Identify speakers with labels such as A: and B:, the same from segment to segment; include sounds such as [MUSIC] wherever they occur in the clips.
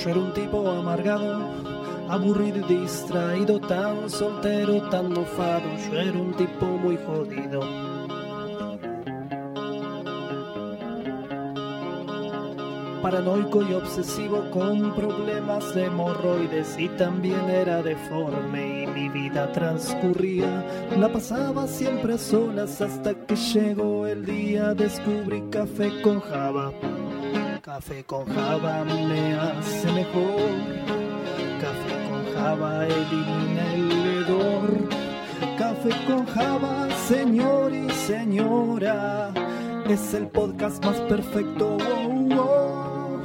A: Yo era un tipo amargado, aburrido y distraído, tan soltero, tan mofado. Yo era un tipo muy jodido. Paranoico y obsesivo con problemas de hemorroides y también era deforme y mi vida transcurría. La pasaba siempre a solas hasta que llegó el día, descubrí café con java. Café con Java me hace mejor. Café con Java elimina el hedor. Café con Java, señor y señora. Es el podcast más perfecto. wow, wow.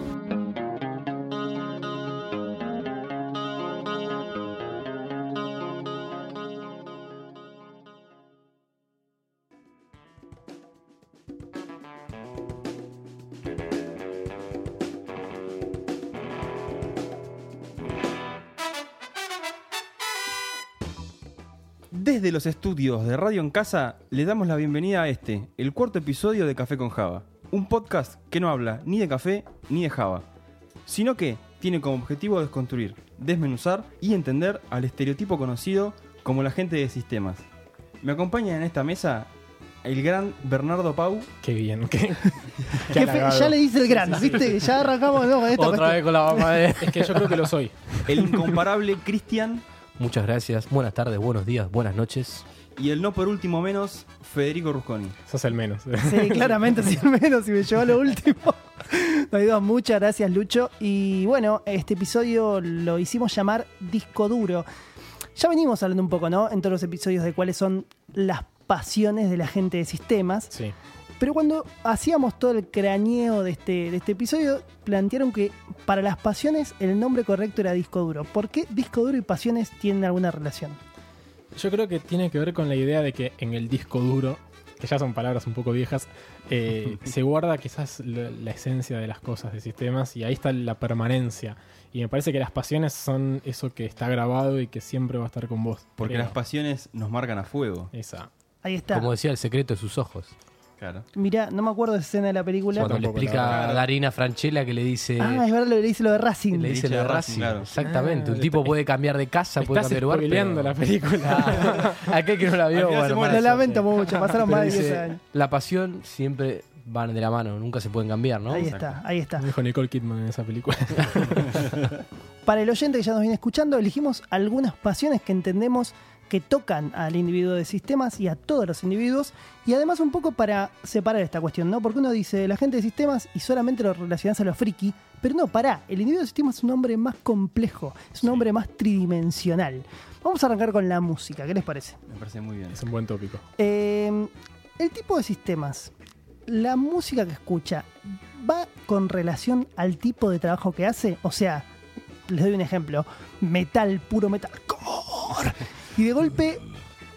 B: Desde los estudios de Radio en Casa le damos la bienvenida a este, el cuarto episodio de Café con Java, un podcast que no habla ni de café ni de Java, sino que tiene como objetivo desconstruir, desmenuzar y entender al estereotipo conocido como la gente de sistemas. Me acompaña en esta mesa el gran Bernardo Pau.
C: Qué bien, [LAUGHS] qué.
D: Qué fe- ya le dice el gran, ¿viste? Ya arrancamos no, con esta
C: Otra
D: cuestión.
C: vez con la mamá de. Es que yo creo que lo soy.
B: El incomparable Cristian.
E: Muchas gracias. Buenas tardes, buenos días, buenas noches.
B: Y el no por último menos, Federico Rusconi.
C: Sos el menos.
D: Sí,
E: [LAUGHS]
D: claramente, sin menos, si me llevó a lo último. No hay duda, muchas gracias, Lucho. Y bueno, este episodio lo hicimos llamar Disco Duro. Ya venimos hablando un poco, ¿no? En todos los episodios de cuáles son las pasiones de la gente de sistemas.
C: [LAUGHS] Sí.
D: Pero cuando hacíamos todo el craneo de este, de este episodio, plantearon que para las pasiones el nombre correcto era Disco Duro. ¿Por qué Disco Duro y pasiones tienen alguna relación?
C: Yo creo que tiene que ver con la idea de que en el disco duro, que ya son palabras un poco viejas, [LAUGHS] eh, se guarda quizás la, la esencia de las cosas, de sistemas, y ahí está la permanencia. Y me parece que las pasiones son eso que está grabado y que siempre va a estar con vos.
B: Porque
C: Creo.
B: las pasiones nos marcan a fuego.
C: Esa.
D: Ahí está.
E: Como decía, el secreto de sus ojos.
B: Claro.
D: Mirá, no me acuerdo de esa escena de la película.
E: Cuando le
C: tampoco,
E: explica
C: la
B: verdad.
E: a Darina Franchella que le dice.
D: ah, es verdad lo que le dice lo de Racing.
E: le
B: Hincha
E: dice lo
B: de
E: de
B: Racing,
E: Racing.
B: claro.
E: Exactamente.
C: Ah,
E: un tipo
C: está-
E: puede cambiar de casa, puede
C: Estás
E: cambiar de lugar.
C: spoileando
E: pero- [LAUGHS]
C: la película.
E: Ah, aquel que no la
B: Al
E: vio,
B: final se muere.
E: bueno,
D: lo
E: para eso.
D: lamento mucho, pasaron
E: eh. Pero
D: más de
E: dice,
D: 10 años.
E: La pasión siempre van de la mano, nunca se pueden cambiar, ¿no?
D: Ahí
B: Exacto.
D: está, ahí está.
C: [LAUGHS] Dijo Nicole Kidman en esa película. [LAUGHS]
D: Para el oyente que ya nos viene escuchando, elegimos algunas pasiones que entendemos que tocan al individuo de sistemas y a todos los individuos. Y además un poco para separar esta cuestión, ¿no? Porque uno dice la gente de sistemas y solamente lo relacionás a lo friki. Pero no, pará, el individuo de sistemas es un hombre más complejo, es un hombre más tridimensional. Vamos a arrancar con la música, ¿qué les parece?
B: Me parece muy bien.
C: es un buen tópico.
D: Eh, el tipo de sistemas, la música que escucha, ¿va con relación al tipo de trabajo que hace? O sea, les doy un ejemplo, metal, puro metal, core. Y de golpe,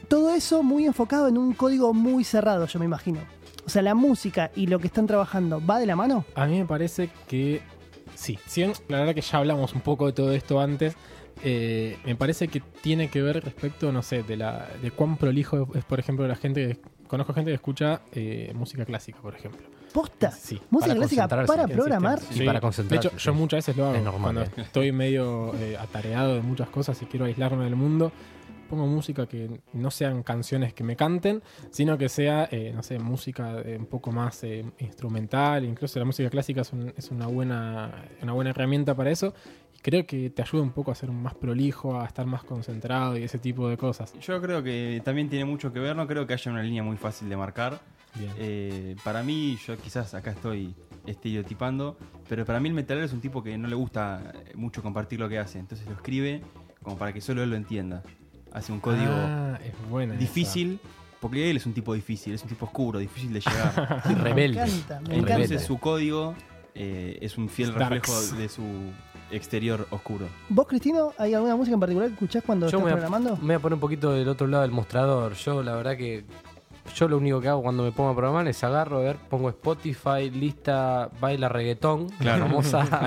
D: todo eso muy enfocado en un código muy cerrado, yo me imagino. O sea, la música y lo que están trabajando, ¿va de la mano?
C: A mí me parece que sí. Si bien, la verdad que ya hablamos un poco de todo esto antes, eh, me parece que tiene que ver respecto, no sé, de la de cuán prolijo es, por ejemplo, la gente que... Conozco gente que escucha eh, música clásica, por ejemplo.
D: Posta.
C: Sí.
D: música
E: para
D: clásica
E: concentrarse
D: para
E: en
D: programar.
E: sistemas. Y para concentrarse,
C: De hecho,
E: sí.
C: yo muchas veces lo hago.
E: Es normal,
C: Cuando estoy medio eh, atareado de muchas cosas y quiero aislarme del mundo, pongo música que no sean canciones que me canten, sino que sea, eh, no sé, música eh, un poco más eh, instrumental. Incluso la música clásica es, un- es una, buena, una buena herramienta para eso. Y creo que te ayuda un poco a ser más prolijo, a estar más concentrado y ese tipo de cosas.
B: Yo creo que también tiene mucho que ver, no creo que haya una línea muy fácil de marcar.
C: Bien.
B: Eh, para mí, yo quizás acá estoy estereotipando, pero para mí el metalero es un tipo que no le gusta eh, mucho compartir lo que hace, entonces lo escribe como para que solo él lo entienda. Hace un código
C: Ah, es buena esa.
B: difícil, porque él es un tipo difícil, es un tipo oscuro, difícil de
E: [LAUGHS]
B: llegar.
E: Rebelde.
D: Me encanta, me
B: entonces
D: encanta.
B: su código eh, es un fiel
C: Darks.
B: reflejo de su exterior oscuro.
D: ¿Vos, Cristino, hay alguna música en particular que escuchás cuando
E: Yo
D: estás
E: me voy, a,
D: programando?
E: me voy a poner un poquito del otro lado del mostrador. Yo, la verdad que. Yo lo único que hago cuando me pongo a programar es agarro, a ver, pongo Spotify, lista, baila reggaetón,
B: Claro.
E: la famosa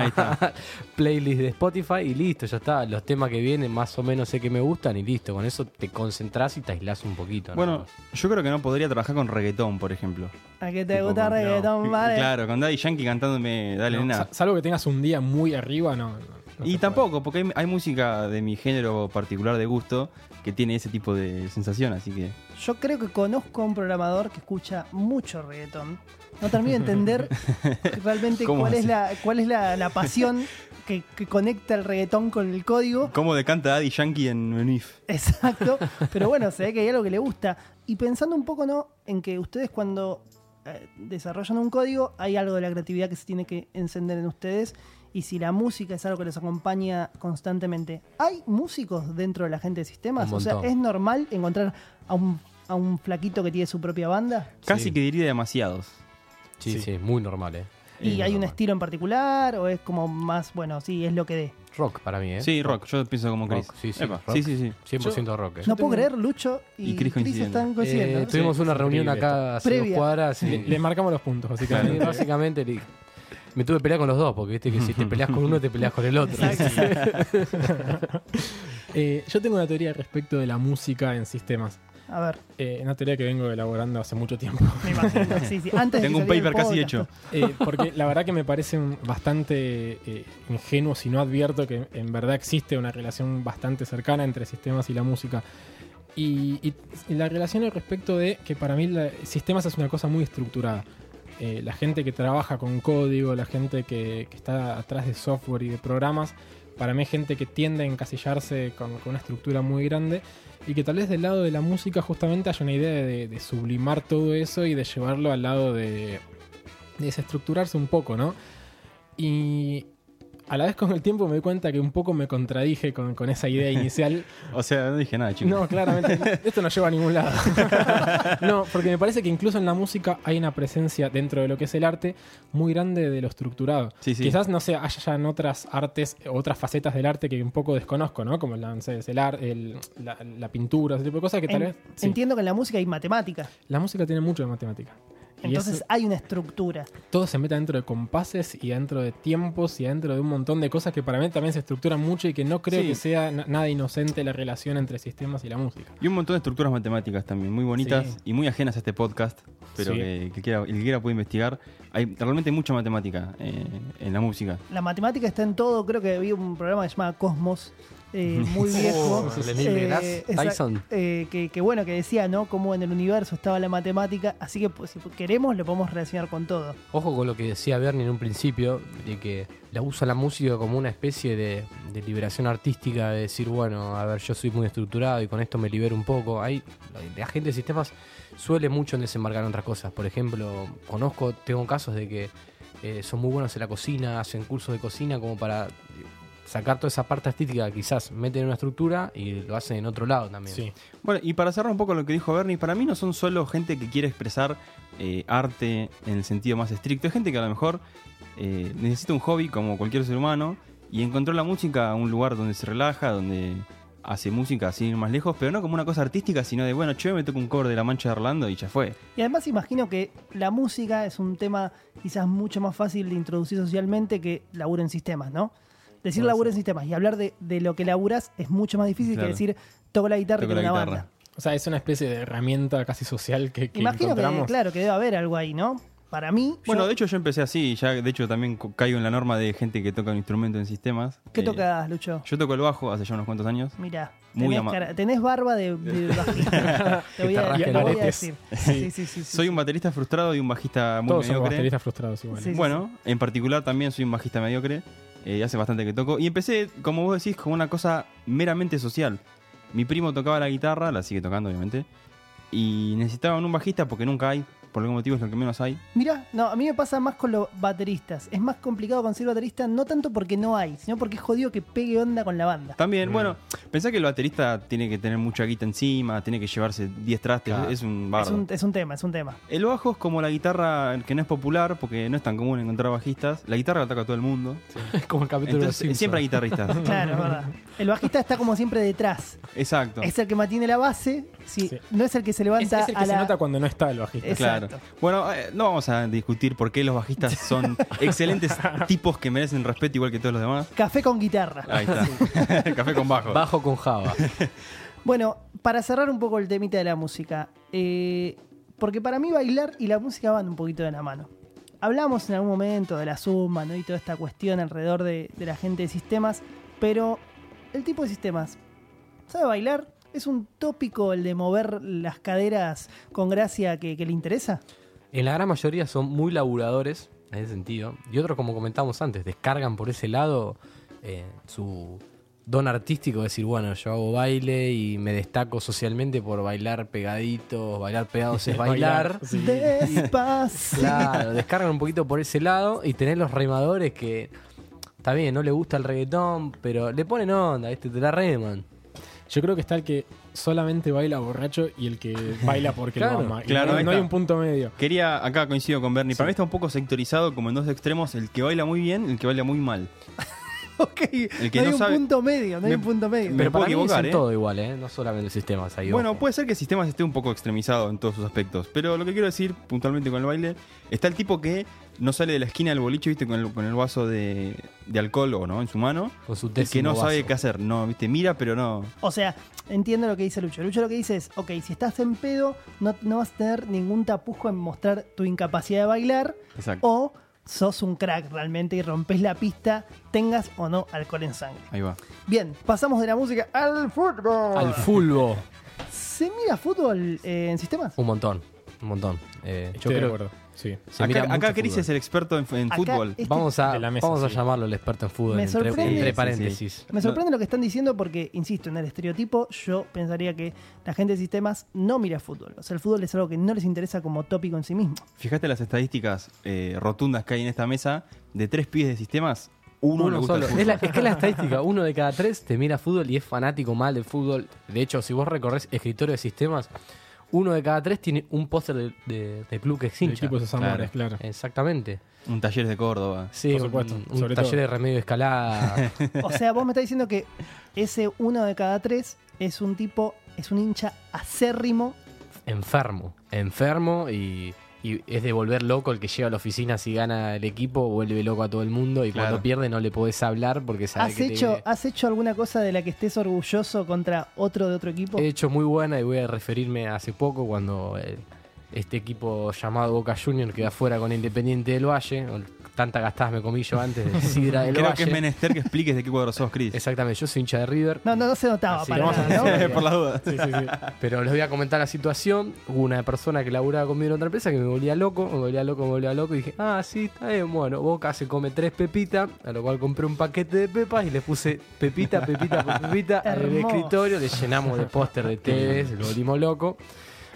B: [LAUGHS] [LAUGHS] Ahí está.
E: playlist de Spotify y listo, ya está. Los temas que vienen más o menos sé que me gustan y listo. Con eso te concentrás y te aislás un poquito. ¿no?
B: Bueno, yo creo que no podría trabajar con reggaetón, por ejemplo.
D: ¿A qué te
B: Tipo,
D: gusta
B: no.
D: reggaetón, vale?
B: Claro, con Daddy Yankee cantándome Dale
C: No,
B: Nena.
C: sa- Salvo que tengas un día muy arriba, no, no,
E: No
B: y
E: se
B: tampoco, porque hay, hay música de mi género particular de gusto que tiene ese tipo de sensación, así que.
D: Yo creo que conozco a un programador que escucha mucho reggaetón. No termino de
B: [LAUGHS]
D: entender realmente
B: ¿Cómo
D: cuál es,
B: hace?
D: la, cuál es la, la pasión que, que conecta el reggaetón con el código.
B: ¿Cómo decanta Daddy Yankee en Menif?
D: Exacto. Pero bueno, se ve que hay algo que le gusta. Y pensando un poco, ¿no? En que ustedes cuando eh, desarrollan un código, hay algo de la creatividad que se tiene que encender en ustedes. Y si la música es algo que les acompaña constantemente, ¿hay músicos dentro de la gente de sistemas?
E: Un
D: O sea,
E: montón.
D: ¿es normal encontrar a un, a un flaquito que tiene su propia banda?
B: Casi
E: Sí.
B: que diría demasiados.
E: Sí,
C: Sí.
E: sí, es muy normal, ¿eh?
D: ¿Y
B: Eh,
D: hay un
B: normal.
D: estilo en particular? ¿O es como más, bueno, sí, es lo que dé?
E: Rock para mí, ¿eh?
B: Sí, rock, yo pienso como Chris.
E: Rock, sí, sí,
B: Epa,
E: rock.
B: sí, sí, sí.
E: 100% rock. ¿eh?
D: No
C: tengo-
D: puedo creer, Lucho y,
B: Y Cris
D: Cris
B: coincidiendo.
D: están
E: Eh,
D: coincidiendo. ¿no?
E: tuvimos
C: Sí,
E: una
C: es
E: reunión
C: increíble
E: acá hace
D: Previa.
E: dos cuadras y
C: Le, le marcamos los puntos,
E: y
C: básicamente.
E: básicamente le- me tuve que pelear con los dos, porque viste que si te peleas con uno, te peleas con el otro.
C: Eh, yo tengo una teoría respecto de la música en sistemas.
D: A ver,
C: Eh, una teoría que vengo elaborando hace mucho tiempo.
D: me imagino. [LAUGHS] Sí, sí. Antes de
B: Tengo un
D: que saliera el
B: paper
D: podcast.
B: casi hecho.
C: Eh, porque la verdad que me parecen bastante eh, ingenuos y no advierto que en verdad existe una relación bastante cercana entre sistemas y la música. Y, y- y la relación al respecto de que para mí la- sistemas es una cosa muy estructurada. Eh, la gente que trabaja con código, la gente que, que está atrás de software y de programas, para mí es gente que tiende a encasillarse con, con una estructura muy grande y que tal vez del lado de la música justamente haya una idea de, de sublimar todo eso y de llevarlo al lado de, desestructurarse un poco, ¿no? Y a la vez con el tiempo me doy cuenta que un poco me contradije con, con
B: [LAUGHS]
C: esa idea inicial.
B: O sea, no dije nada, chicos.
C: no,
B: [LAUGHS]
C: claramente, esto no lleva a ningún lado. [LAUGHS] no, porque me parece que incluso en la música hay una presencia dentro de lo que es el arte muy grande de lo estructurado.
B: Sí, sí.
C: Quizás, no sé, hayan otras artes, otras facetas del arte que un poco desconozco, ¿no? Como la, no sé, el ar- el- la, la pintura, ese tipo de cosas que tal
D: En-
C: vez... sí.
D: Entiendo que en la música hay matemática.
C: La música tiene mucho de matemática. Y eso-
D: Entonces hay una estructura.
C: todo se mete dentro de compases y dentro de tiempos y dentro de un montón de cosas que para mí también se estructuran mucho y que no creo
B: Sí.
C: que sea na- nada inocente la relación entre sistemas y la música.
B: Y un montón de estructuras matemáticas también, muy bonitas
C: Sí.
B: y muy ajenas a este podcast, pero
C: Sí.
B: que, que quiera, el que quiera puede investigar. Hay realmente mucha matemática eh, en la música.
D: La matemática está en todo. Creo que vi un programa que se llamaba Cosmos,
B: [LAUGHS]
D: eh, muy viejo.
E: Oh, Leonel Degrasse
D: exact-
E: Tyson.
D: eh, que, que bueno, que decía, ¿no? Cómo en el universo estaba la matemática. Así que pues, si queremos, lo podemos relacionar con todo.
E: Ojo con lo que decía Bernie en un principio, de que la usa la música como una especie de, de liberación artística, de decir, bueno, a ver, yo soy muy estructurado y con esto me libero un poco. Hay, la gente de sistemas suele mucho desembarcar en otras cosas. Por ejemplo, conozco, tengo casos de que eh, son muy buenos en la cocina, hacen cursos de cocina como para sacar toda esa parte artística, quizás meten en una estructura y lo hacen en otro lado también.
C: Sí.
B: Bueno, y para cerrar un poco lo que dijo Bernie, para mí no son solo gente que quiere expresar eh, arte en el sentido más estricto, es gente que a lo mejor eh, necesita un hobby como cualquier ser humano y encontró la música un lugar donde se relaja, donde hace música sin ir más lejos, pero no como una cosa artística, sino de, bueno, che, me toco un cover de La Mancha de Orlando y ya fue.
D: Y además imagino que la música es un tema quizás mucho más fácil de introducir socialmente que laburo en sistemas, ¿no? Decir
C: Puede
D: laburo
C: ser.
D: en sistemas y hablar de, de lo que laburas es mucho más difícil
B: Claro.
D: que decir toco la guitarra
B: Toco
D: y
B: la
D: tengo una
B: guitarra.
D: banda.
C: O sea, es una especie de herramienta casi social que, que
D: Imagino que,
C: encontramos.
D: claro, que debe haber algo ahí, ¿no? Para mí,
B: Bueno,
D: yo-
B: de hecho yo empecé así, y ya de hecho también co- caigo en la norma de gente que toca un instrumento en sistemas.
D: ¿qué
B: Eh,
D: tocas, Lucho?
B: Yo toco el bajo hace ya unos cuantos años.
D: Mira,
B: Muy
D: tenés,
B: ama-
D: cara- tenés barba de,
B: [LAUGHS]
D: de bajista. [LAUGHS] te voy a,
E: Que te
D: lo voy a decir.
E: rasquen
D: Sí, sí, sí, sí,
B: Soy un baterista frustrado y un bajista muy
C: Todos somos
B: mediocre.
C: bateristas frustrados igual.
D: Sí.
B: Bueno, en particular también soy un bajista mediocre. eh, hace bastante que toco. Y empecé, como vos decís, con una cosa meramente social. Mi primo tocaba la guitarra, la sigue tocando obviamente. Y necesitaban un bajista porque nunca hay. Por algún motivo es lo que menos hay.
D: Mira, no, a mí me pasa más con los bateristas. Es más complicado conseguir baterista, no tanto porque no hay, sino porque es jodido que pegue onda con la banda.
B: También, bueno, pensá que el baterista tiene que tener mucha guita encima, tiene que llevarse 10 trastes,
E: Claro.
B: es un
D: Es
B: bardo.
D: un, es un tema, es un tema.
B: El bajo es como la guitarra que no es popular porque no es tan común encontrar bajistas. La guitarra la toca todo el mundo.
E: Es como el capítulo de los
B: Entonces,
E: Simpsons.
B: siempre hay guitarristas.
D: [LAUGHS] Claro, es verdad. El bajista está como siempre detrás.
B: Exacto.
D: Es el que mantiene la base, si
C: Sí.
D: no es el que se
C: Es,
D: levanta
C: es el que
D: a
C: se
D: la-
C: nota cuando no está el bajista.
D: Es-
B: Claro.
D: Exacto.
B: Bueno, eh, no vamos a discutir por qué los bajistas son excelentes tipos que merecen respeto igual que todos los demás.
D: Café con guitarra.
B: Ahí está. [LAUGHS] Café con bajo.
E: Bajo con Java.
D: Bueno, para cerrar un poco el temita de la música, eh, porque para mí bailar y la música van un poquito de la mano. hablamos en algún momento de la suma ¿no? y toda esta cuestión alrededor de, de la gente de sistemas, pero el tipo de sistemas sabe bailar. ¿Es un tópico el de mover las caderas con gracia que, que le interesa?
E: [LAUGHS] En la gran mayoría son muy laburadores en ese sentido. Y otros, como comentábamos antes, descargan por ese lado eh, su don artístico, de decir, bueno, yo hago baile y me destaco socialmente por bailar pegaditos, bailar
B: [LAUGHS]
E: pegados es bailar.
C: sí.
D: Despacito.
E: [LAUGHS] Claro, descargan un poquito por ese lado y tener los remadores que está bien, no le gusta el reggaetón, pero le ponen onda, ¿viste? te la reman.
C: Yo creo que está el que solamente baila borracho y
E: [LAUGHS]
C: el que baila porque
E: Claro,
C: lo ama. Y
B: claro,
C: no-
B: ahí
C: no hay
B: está.
C: un punto medio.
B: Quería, acá coincido con Bernie, para
C: Sí.
B: mí está un poco sectorizado como en dos extremos, el que baila muy bien, el que baila muy mal.
D: [LAUGHS] Ok,
B: que
D: no hay
B: no
D: un
B: sabe-
D: punto medio, no hay
B: me-
D: un punto medio.
B: me-
E: Pero
B: puedo
E: para mí
B: equivocar,
E: dicen
B: ¿eh?
E: todo igual, ¿eh? no solamente el sistema. ahí,
B: Bueno,
E: ojo.
B: puede ser que el sistema esté un poco extremizado en todos sus aspectos, pero lo que quiero decir puntualmente con el baile, está el tipo que no sale de la esquina del boliche, viste, con el, con el vaso de, de alcohol o no en su mano,
E: con su
B: y que
E: décimo
B: no sabe
E: vaso.
B: qué hacer, no, viste, mira, pero no.
D: O sea, entiendo lo que dice Lucho. Lucho lo que dice es, ok, si estás en pedo, no, no vas a tener ningún tapujo en mostrar tu incapacidad de bailar
B: Exacto.
D: o sos un crack realmente y rompes la pista, tengas o no alcohol en sangre.
B: Ahí va.
D: Bien, pasamos de la música al fútbol.
E: Al fulbo.
D: ¿Se mira fútbol eh, en sistemas?
E: Un montón, un montón. Eh, yo
C: Estoy de
E: creo
C: acuerdo. Sí.
E: se mira
B: Acá, acá
E: mucho
B: Chris
E: fútbol.
B: es el experto en, en
D: Acá
B: fútbol.
D: este-
E: Vamos a,
C: De la mesa,
E: vamos a
C: sí.
E: llamarlo el experto en fútbol,
D: Me
E: entre,
D: sorprende-
E: entre
B: Sí, sí,
E: paréntesis.
D: Me sorprende lo que están diciendo porque, insisto, en el estereotipo yo pensaría que la gente de sistemas no mira fútbol. O sea, el fútbol es algo que no les interesa como tópico en sí mismo.
B: Fijate las estadísticas eh, rotundas que hay en esta mesa, de tres pies de sistemas, uno, le
E: Uno
B: gusta el
E: solo.
B: fútbol.
E: Es, la- es que es la estadística. Uno de cada tres te mira fútbol y es fanático mal del fútbol. De hecho, si vos recorres escritorio de sistemas, uno de cada tres tiene un póster de, de- de club que es
C: El
E: hincha.
C: equipo de esos
B: Claro.
C: amores, claro.
E: Exactamente.
B: Un taller de Córdoba.
E: Sí,
C: Por
E: un-
C: supuesto,
E: un,
C: sobre
E: taller
C: todo.
E: de remedio de escalada.
D: O sea, vos me estás diciendo que ese uno de cada tres es un tipo, es un hincha acérrimo.
E: enfermo. Enfermo y, y es de volver loco el que llega a la oficina si gana el equipo, vuelve loco a todo el mundo y
B: Claro.
E: cuando pierde no le podés hablar porque sabe
D: ¿Has
E: que te
D: hecho,
E: viene-
D: ¿Has hecho alguna cosa de la que estés orgulloso contra otro de otro equipo?
E: He hecho muy buena y voy a referirme a hace poco cuando eh, este equipo llamado Boca Junior queda fuera con Independiente del Valle. o el- Tanta gastada me comí yo antes
B: [LAUGHS]
E: de Sidra del
B: Creo
E: Valle.
B: que es menester que expliques de qué cuadro sos, Chris.
E: Exactamente, yo soy hincha de River.
D: No, no, no se notaba
E: Así
D: para
E: que vamos a
D: nada, ¿no?
B: [LAUGHS]
E: [LAUGHS]
B: Por la
E: Eh.
B: duda.
C: Sí, sí, sí.
E: Pero les voy a comentar la situación. Hubo una persona que laburaba conmigo en otra empresa que me volvía loco, me volvía loco, me volvía loco. Y dije, ah, sí, está bien. Bueno, Boca se come tres pepitas, a lo cual compré un paquete de pepas y le puse pepita,
D: [LAUGHS]
E: pepita, por pepita en el
D: Hermoso.
E: escritorio. Le llenamos de
D: [LAUGHS]
E: póster de TVs, lo volvimos loco.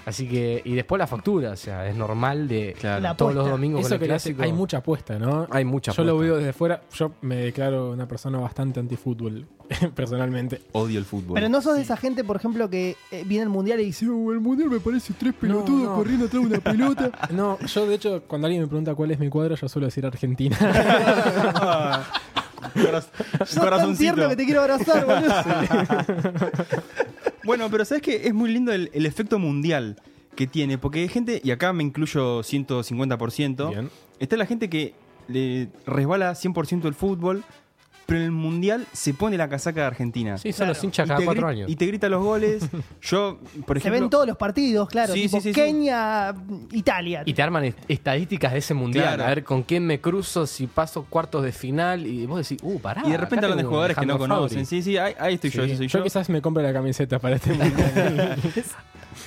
E: Así que, y después la factura, o sea, es normal de
B: Claro.
D: La
E: todos los
D: apuesta.
E: domingos con
C: Eso
E: el
C: que le hace-
E: clásico.
C: hay mucha apuesta, ¿no?
E: hay mucha
C: Yo lo
E: apuesta.
C: veo desde fuera. Yo me declaro una persona bastante antifútbol, [LAUGHS] personalmente.
B: Odio el fútbol.
D: Pero no sos de esa gente, por ejemplo, que eh, viene al mundial y dice, "Oh, el mundial me parece tres
C: No,
D: pelotudos
C: no.
D: corriendo atrás de una
C: [LAUGHS]
D: pelota.
C: No, yo de hecho, cuando alguien me pregunta cuál es mi cuadro, yo suelo decir Argentina.
B: Ah, [LAUGHS] coraz-
D: [LAUGHS] Sos tan tierno que te quiero abrazar, boludo.
B: Bueno, pero sabes que es muy lindo el, el efecto mundial que tiene, porque hay gente, y acá me incluyo 150%,
C: [LAUGHS] Bien.
B: está la gente que le resbala 100% el fútbol, pero en el mundial se pone la casaca de Argentina.
E: Sí, son los
D: Claro.
B: Y
E: hinchas cada
B: te
E: cuatro
B: gri-
E: años.
B: Y te grita los
E: [LAUGHS]
B: goles. Yo, por
D: Se
B: ejemplo.
D: ven todos los partidos, claro.
B: Sí,
D: tipo
B: sí, sí, sí.
D: Kenia, Italia.
E: Y te arman est- estadísticas de ese mundial,
B: Claro.
E: a ver con quién me cruzo, si paso cuartos de final, y vos decís, uh, pará.
B: y de repente
E: acá
B: hablan de
E: tengo un
B: jugadores que no
E: Alejandro Fabri.
B: conocen. Sí, sí, ahí, ahí estoy yo,
C: Sí.
B: ese soy
C: yo
B: yo.
C: quizás me compre la camiseta para este
B: [LAUGHS]
C: mundial.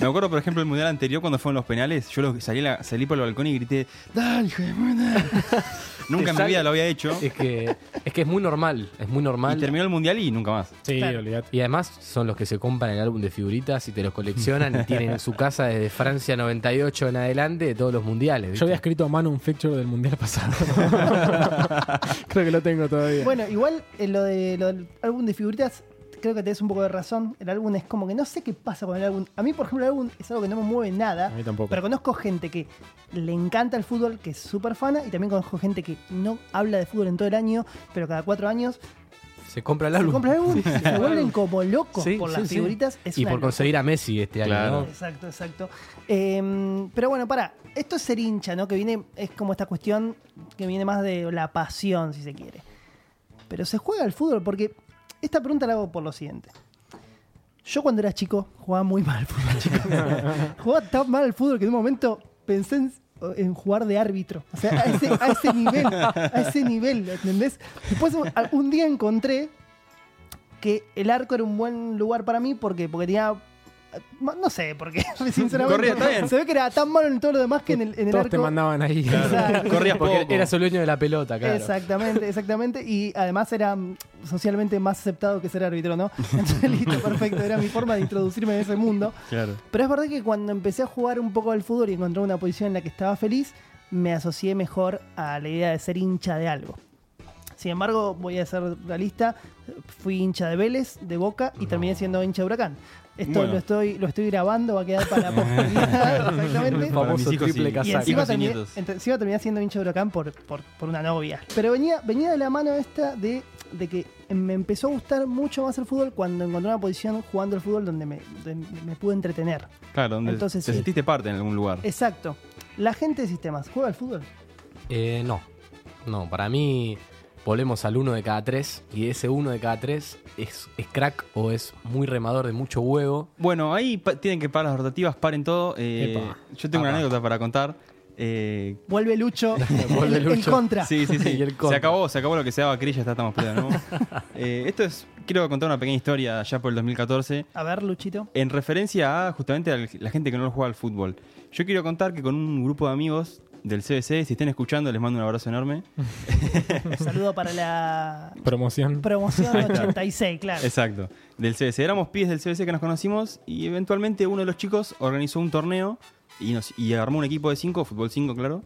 B: Me acuerdo, por ejemplo, el mundial anterior cuando fueron los penales, yo lo- salí, a la- salí por el balcón y grité, ¡Dale, hijo de puta".
E: [LAUGHS]
B: Nunca en mi
E: Exacto.
B: vida lo había hecho.
E: Es que, es que es muy normal, es muy
B: Y
E: normal.
B: terminó el mundial y nunca
E: [LAUGHS]
B: más.
C: Sí,
D: Claro.
C: olvídate.
E: Y además son los que se compran el álbum de figuritas y te los coleccionan y tienen en su casa desde Francia 98 en adelante de todos los mundiales. ¿viste?
C: Yo había escrito a mano un fixture del mundial pasado. [LAUGHS] Creo que lo tengo todavía.
D: Bueno, igual eh, lo, de, lo del álbum de figuritas, creo que tenés un poco de razón. El álbum es como que no sé qué pasa con el álbum. A mí, por ejemplo, el álbum es algo que no me mueve
C: a
D: nada.
C: mí tampoco.
D: Pero conozco gente que le encanta el fútbol, que es súper fana, y también conozco gente que no habla de fútbol en todo el año, pero cada cuatro años
E: se compra el
D: se
E: álbum.
D: compra el álbum, se vuelven como locos
E: Sí,
D: por
E: sí,
D: las
E: sí.
D: figuritas. Es
E: y
D: una
E: por
D: locura.
E: conseguir a Messi este año.
B: Claro.
E: ¿no?
D: Exacto, exacto. Eh, pero bueno, pará. Esto es ser hincha, ¿no? Que viene, es como esta cuestión que viene más de la pasión, si se quiere. Pero se juega al fútbol porque esta pregunta la hago por lo siguiente. Yo cuando [LAUGHS] era chico jugaba muy mal al fútbol, chicos. jugaba tan mal al fútbol que en un momento pensé en, en jugar de árbitro. O sea, a ese, a ese nivel, a ese nivel, ¿entendés? Después un- a- un día encontré que el arco era un buen lugar para mí porque, porque tenía. No sé, porque [LAUGHS] sinceramente
B: Corría, está bien.
D: se ve que era tan malo en todo lo demás que en el, en el
C: Todos
D: arco.
C: te mandaban ahí.
D: Exacto.
B: Corrías
E: Porque
B: poco.
E: era solo dueño de la pelota, claro.
D: Exactamente, exactamente. Y además era mm, socialmente más aceptado que ser árbitro, ¿no? [LAUGHS] Entonces, listo, perfecto. Era mi forma de introducirme en ese mundo.
B: Claro.
D: Pero es verdad que cuando empecé a jugar un poco al fútbol y encontré una posición en la que estaba feliz, me asocié mejor a la idea de ser hincha de algo. Sin embargo, voy a ser realista, fui hincha de Vélez, de Boca y terminé siendo hincha de Huracán. Esto
B: Bueno.
D: lo estoy lo estoy grabando, va a quedar para la [LAUGHS]
B: [LAUGHS]
D: posteridad, exactamente.
B: Para
E: Famoso
B: mis hijos
E: triple
B: y-
E: casaca.
D: Y
E: Exacto.
D: encima
B: hijos y
D: terminé,
B: nietos.
D: ent- encima terminé siendo hincha de huracán por, por, por una novia. Pero venía, venía de la mano esta de, de que me empezó a gustar mucho más el fútbol cuando encontré una posición jugando al fútbol donde me, donde me pude entretener.
B: Claro, donde
D: Entonces,
B: te
D: sí.
B: sentiste parte en algún lugar.
D: Exacto. La gente de sistemas juega al fútbol.
E: Eh, no. No, para mí volvemos al uno de cada tres. Y ese uno de cada tres es, es crack o es muy remador de mucho huevo.
B: Bueno, ahí pa- tienen que parar las rotativas, paren todo. eh,
C: Epa.
B: yo tengo una
E: Apa.
B: anécdota para contar. eh,
D: Vuelve
B: [LAUGHS]
D: Lucho,
E: Vuelve
D: el,
E: Lucho.
D: contra.
B: Sí, sí, sí.
E: [LAUGHS] Y el
B: se
E: contra.
B: acabó, se acabó lo que se daba Cris, ya está, estamos peleando.
E: [LAUGHS]
B: Eh, esto es, quiero contar una pequeña historia allá por el 2014,
D: A ver, Luchito.
B: en referencia a justamente a la gente que no juega al fútbol. Yo quiero contar que con un grupo de amigos del CBC, si estén escuchando, les mando un abrazo enorme.
D: Un saludo para la
C: [LAUGHS] Promoción.
D: promoción 86, claro.
B: Exacto, del CBC. Éramos pies del CBC que nos conocimos y eventualmente uno de los chicos organizó un torneo y, nos, y armó un equipo de cinco, fútbol 5, claro,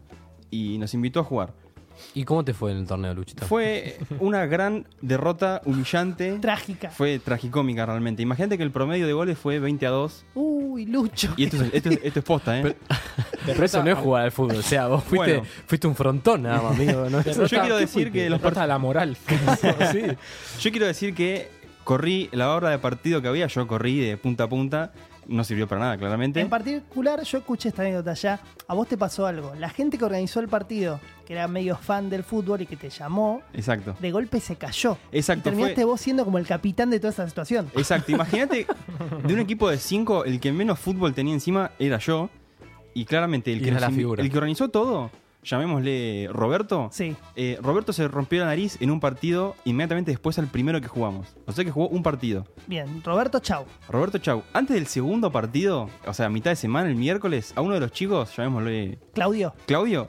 B: y nos invitó a jugar.
E: ¿Y cómo te fue en el torneo, Luchito?
B: Fue eh, una gran derrota humillante.
D: Trágica.
B: Fue tragicómica realmente. Imagínate que el promedio de goles fue 20 a 2.
D: Uy, Lucho.
B: Y esto
D: [LAUGHS]
B: es, esto es- esto es posta, ¿eh?
E: Pero eso no es jugar al fútbol. O sea, vos fuiste,
B: Bueno.
E: fuiste un frontón nada más, amigo. ¿no?
B: Yo quiero decir que los
C: Derrota a
B: [LAUGHS]
C: la moral. sí.
B: Yo quiero decir que corrí la hora de partido que había, yo corrí de punta a punta. No sirvió para nada, claramente.
D: En particular, yo escuché esta anécdota ya. A vos te pasó algo. La gente que organizó el partido, que era medio fan del fútbol y que te llamó,
B: Exacto.
D: de golpe se cayó.
B: Exacto,
D: Y terminaste
B: fue- Eh.
D: vos siendo como el capitán de toda esa situación.
B: Exacto. Imagínate, de un equipo de 5, el que menos fútbol tenía encima era yo. Y claramente el
E: Y
B: que,
E: era
B: nos
E: la
B: invi-
E: figura.
B: el que organizó todo, llamémosle Roberto.
D: Sí.
B: eh, Roberto se rompió la nariz en un partido inmediatamente después al primero que jugamos. O sea que jugó un partido.
D: Bien, Roberto, chau.
B: Roberto Chau, antes del segundo partido, o sea, a mitad de semana, el miércoles, a uno de los chicos, llamémosle
D: Claudio,
B: Claudio,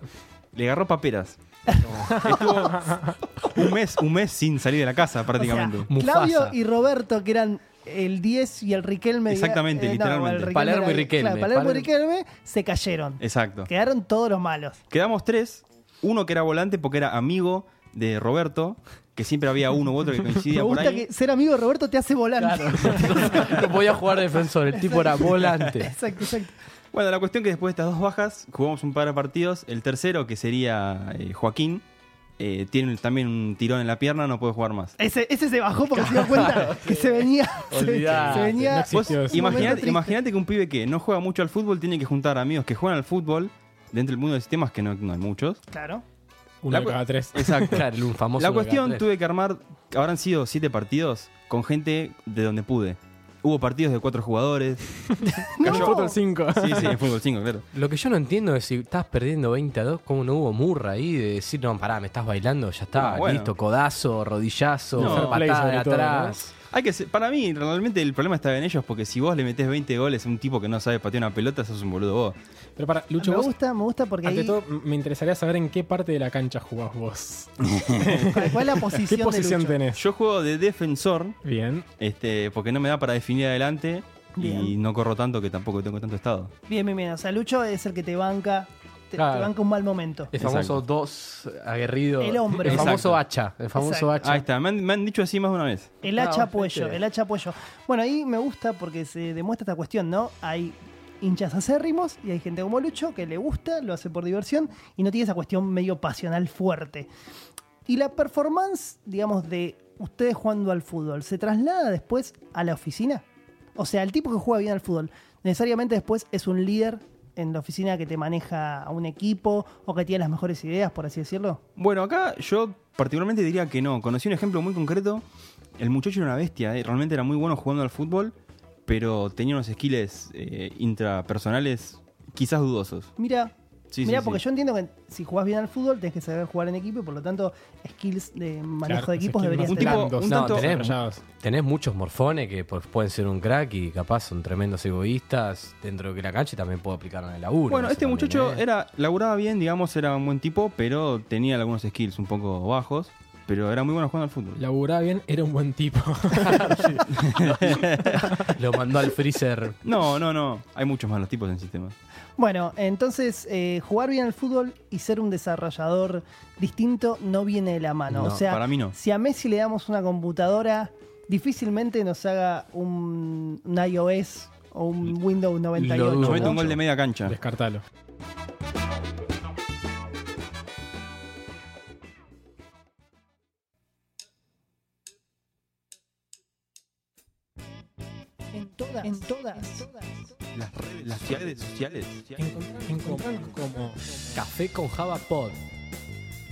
B: le agarró
E: [LAUGHS]
B: paperas. Estuvo un mes, un mes sin salir de la casa prácticamente.
D: O sea,
E: Mufasa.
D: Claudio y Roberto, que eran el 10 y el Riquelme. eh,
B: Exactamente,
D: no,
B: literalmente.
D: el
E: Palermo
D: era-
E: y Riquelme.
D: claro, Palermo y
E: Palermo.
D: Riquelme se cayeron.
B: Exacto.
D: Quedaron todos los malos.
B: Quedamos tres, uno que era volante porque era amigo de Roberto, que siempre había uno u otro
D: [LAUGHS]
B: que
D: Me
B: coincidía por
D: gusta
B: ahí.
D: que ser amigo de Roberto te hace volante.
E: No podía jugar defensor. El tipo era volante.
D: [LAUGHS] exacto, exacto.
B: Bueno, la cuestión que después de estas dos bajas, jugamos un par de partidos. El tercero, que sería eh, Joaquín, eh, tiene también un tirón en la pierna, no puede jugar más.
D: Ese, ese se bajó porque se dio cuenta que se venía. se-
E: Olvidate,
D: se venía
C: Sí,
B: Vos
C: sí, es un
D: momento
B: imaginate,
D: triste.
B: imaginate que un pibe que no juega mucho al fútbol tiene que juntar amigos que juegan al fútbol dentro del mundo de sistemas, que no, no hay muchos.
D: Claro.
C: Uno
B: La
C: de
B: cu-
C: cada tres.
B: Exacto.
E: Claro, el famoso
B: La
E: uno de
B: cuestión,
E: cada tres.
B: tuve que armar, habrán sido siete partidos con gente de donde pude. Hubo partidos de cuatro jugadores.
C: Cayó fútbol 5.
B: Sí, sí, en fútbol 5, claro.
E: Lo que yo no entiendo es si estás perdiendo 20 a 2, ¿cómo no hubo murra ahí de decir, no, pará, me estás bailando, ya está,
B: No, bueno.
E: listo, codazo, rodillazo,
B: No,
E: patada
C: fair play
E: de
C: sobre todo,
E: atrás?
B: Hay que ser- para mí, realmente el problema estaba en ellos, porque si vos le metés 20 goles a un tipo que no sabe patear una pelota, sos un boludo vos.
C: Pero para, Lucho,
D: me
C: vos,
D: gusta, me gusta porque
C: ante
D: ahí.
C: todo, m- me interesaría saber en qué parte de la cancha jugás vos.
D: ¿Cuál es la posición?
C: ¿Qué
D: de
C: posición
D: Lucho?
C: tenés?
B: Yo juego de defensor,
C: Bien.
B: este, porque no me da para definir adelante y
D: Bien.
B: no corro tanto que tampoco tengo tanto estado.
D: Bien, bien, bien. O sea, Lucho es el que te banca. Te, te
E: Claro.
D: banca un mal momento.
E: El
B: Exacto.
E: famoso 2 aguerrido.
D: El hombre.
E: El
B: Exacto.
E: famoso hacha. El famoso
D: Exacto.
E: hacha.
B: Ahí está, me han, me han dicho así más de una vez.
D: El
E: Ah,
D: hacha
E: bastante.
D: apoyo, el hacha apoyo. Bueno, ahí me gusta porque se demuestra esta cuestión, ¿no? Hay hinchas acérrimos y hay gente como Lucho que le gusta, lo hace por diversión y no tiene esa cuestión medio pasional fuerte. Y la performance, digamos, de ustedes jugando al fútbol, ¿se traslada después a la oficina? O sea, el tipo que juega bien al fútbol, necesariamente después es un líder en la oficina que te maneja a un equipo o que tiene las mejores ideas, por así decirlo.
B: Bueno, acá yo particularmente diría que no. Conocí un ejemplo muy concreto. El muchacho era una bestia, eh, realmente era muy bueno jugando al fútbol, pero tenía unos skills eh, intrapersonales quizás dudosos.
D: Mira,
B: Sí,
D: Mirá,
B: sí,
D: porque
B: sí.
D: yo entiendo que si jugás bien al fútbol tenés que saber jugar en equipo y por lo tanto skills de manejo
B: pues,
C: Claro,
D: de equipos
C: ese
D: deberías
C: esquema
D: tener.
B: Un tipo-
C: blando,
B: un
E: No,
B: tanto-
E: tenés,
C: rayados.
E: tenés muchos morfones que pues, pueden ser un crack y capaz son tremendos egoístas dentro de que la cancha y también puedo aplicar en el laburo.
B: Bueno,
E: eso
B: este
E: también,
B: muchacho
E: ¿eh?
B: era laburaba bien, digamos, era un buen tipo, pero tenía algunos skills un poco bajos, pero era muy bueno jugando al fútbol.
C: Laburaba bien, era un buen tipo. [LAUGHS]
E: ¿eh? Lo mandó al freezer.
B: No, no, no, hay muchos malos tipos en el sistema.
D: Bueno, entonces eh, jugar bien al fútbol y ser un desarrollador distinto no viene de la mano. o
E: No,
D: sea,
B: para mí no.
D: si a Messi le damos una computadora, difícilmente nos haga un, un iOS o un Windows 98.
E: dudo
B: Nos
D: ¿no?
B: mete un
E: mucho.
B: gol de media cancha.
C: Descartalo.
D: En todas, en todas.
B: Las redes las redes sociales.
C: Encontrar como
E: [LAUGHS] Café con Java Pod.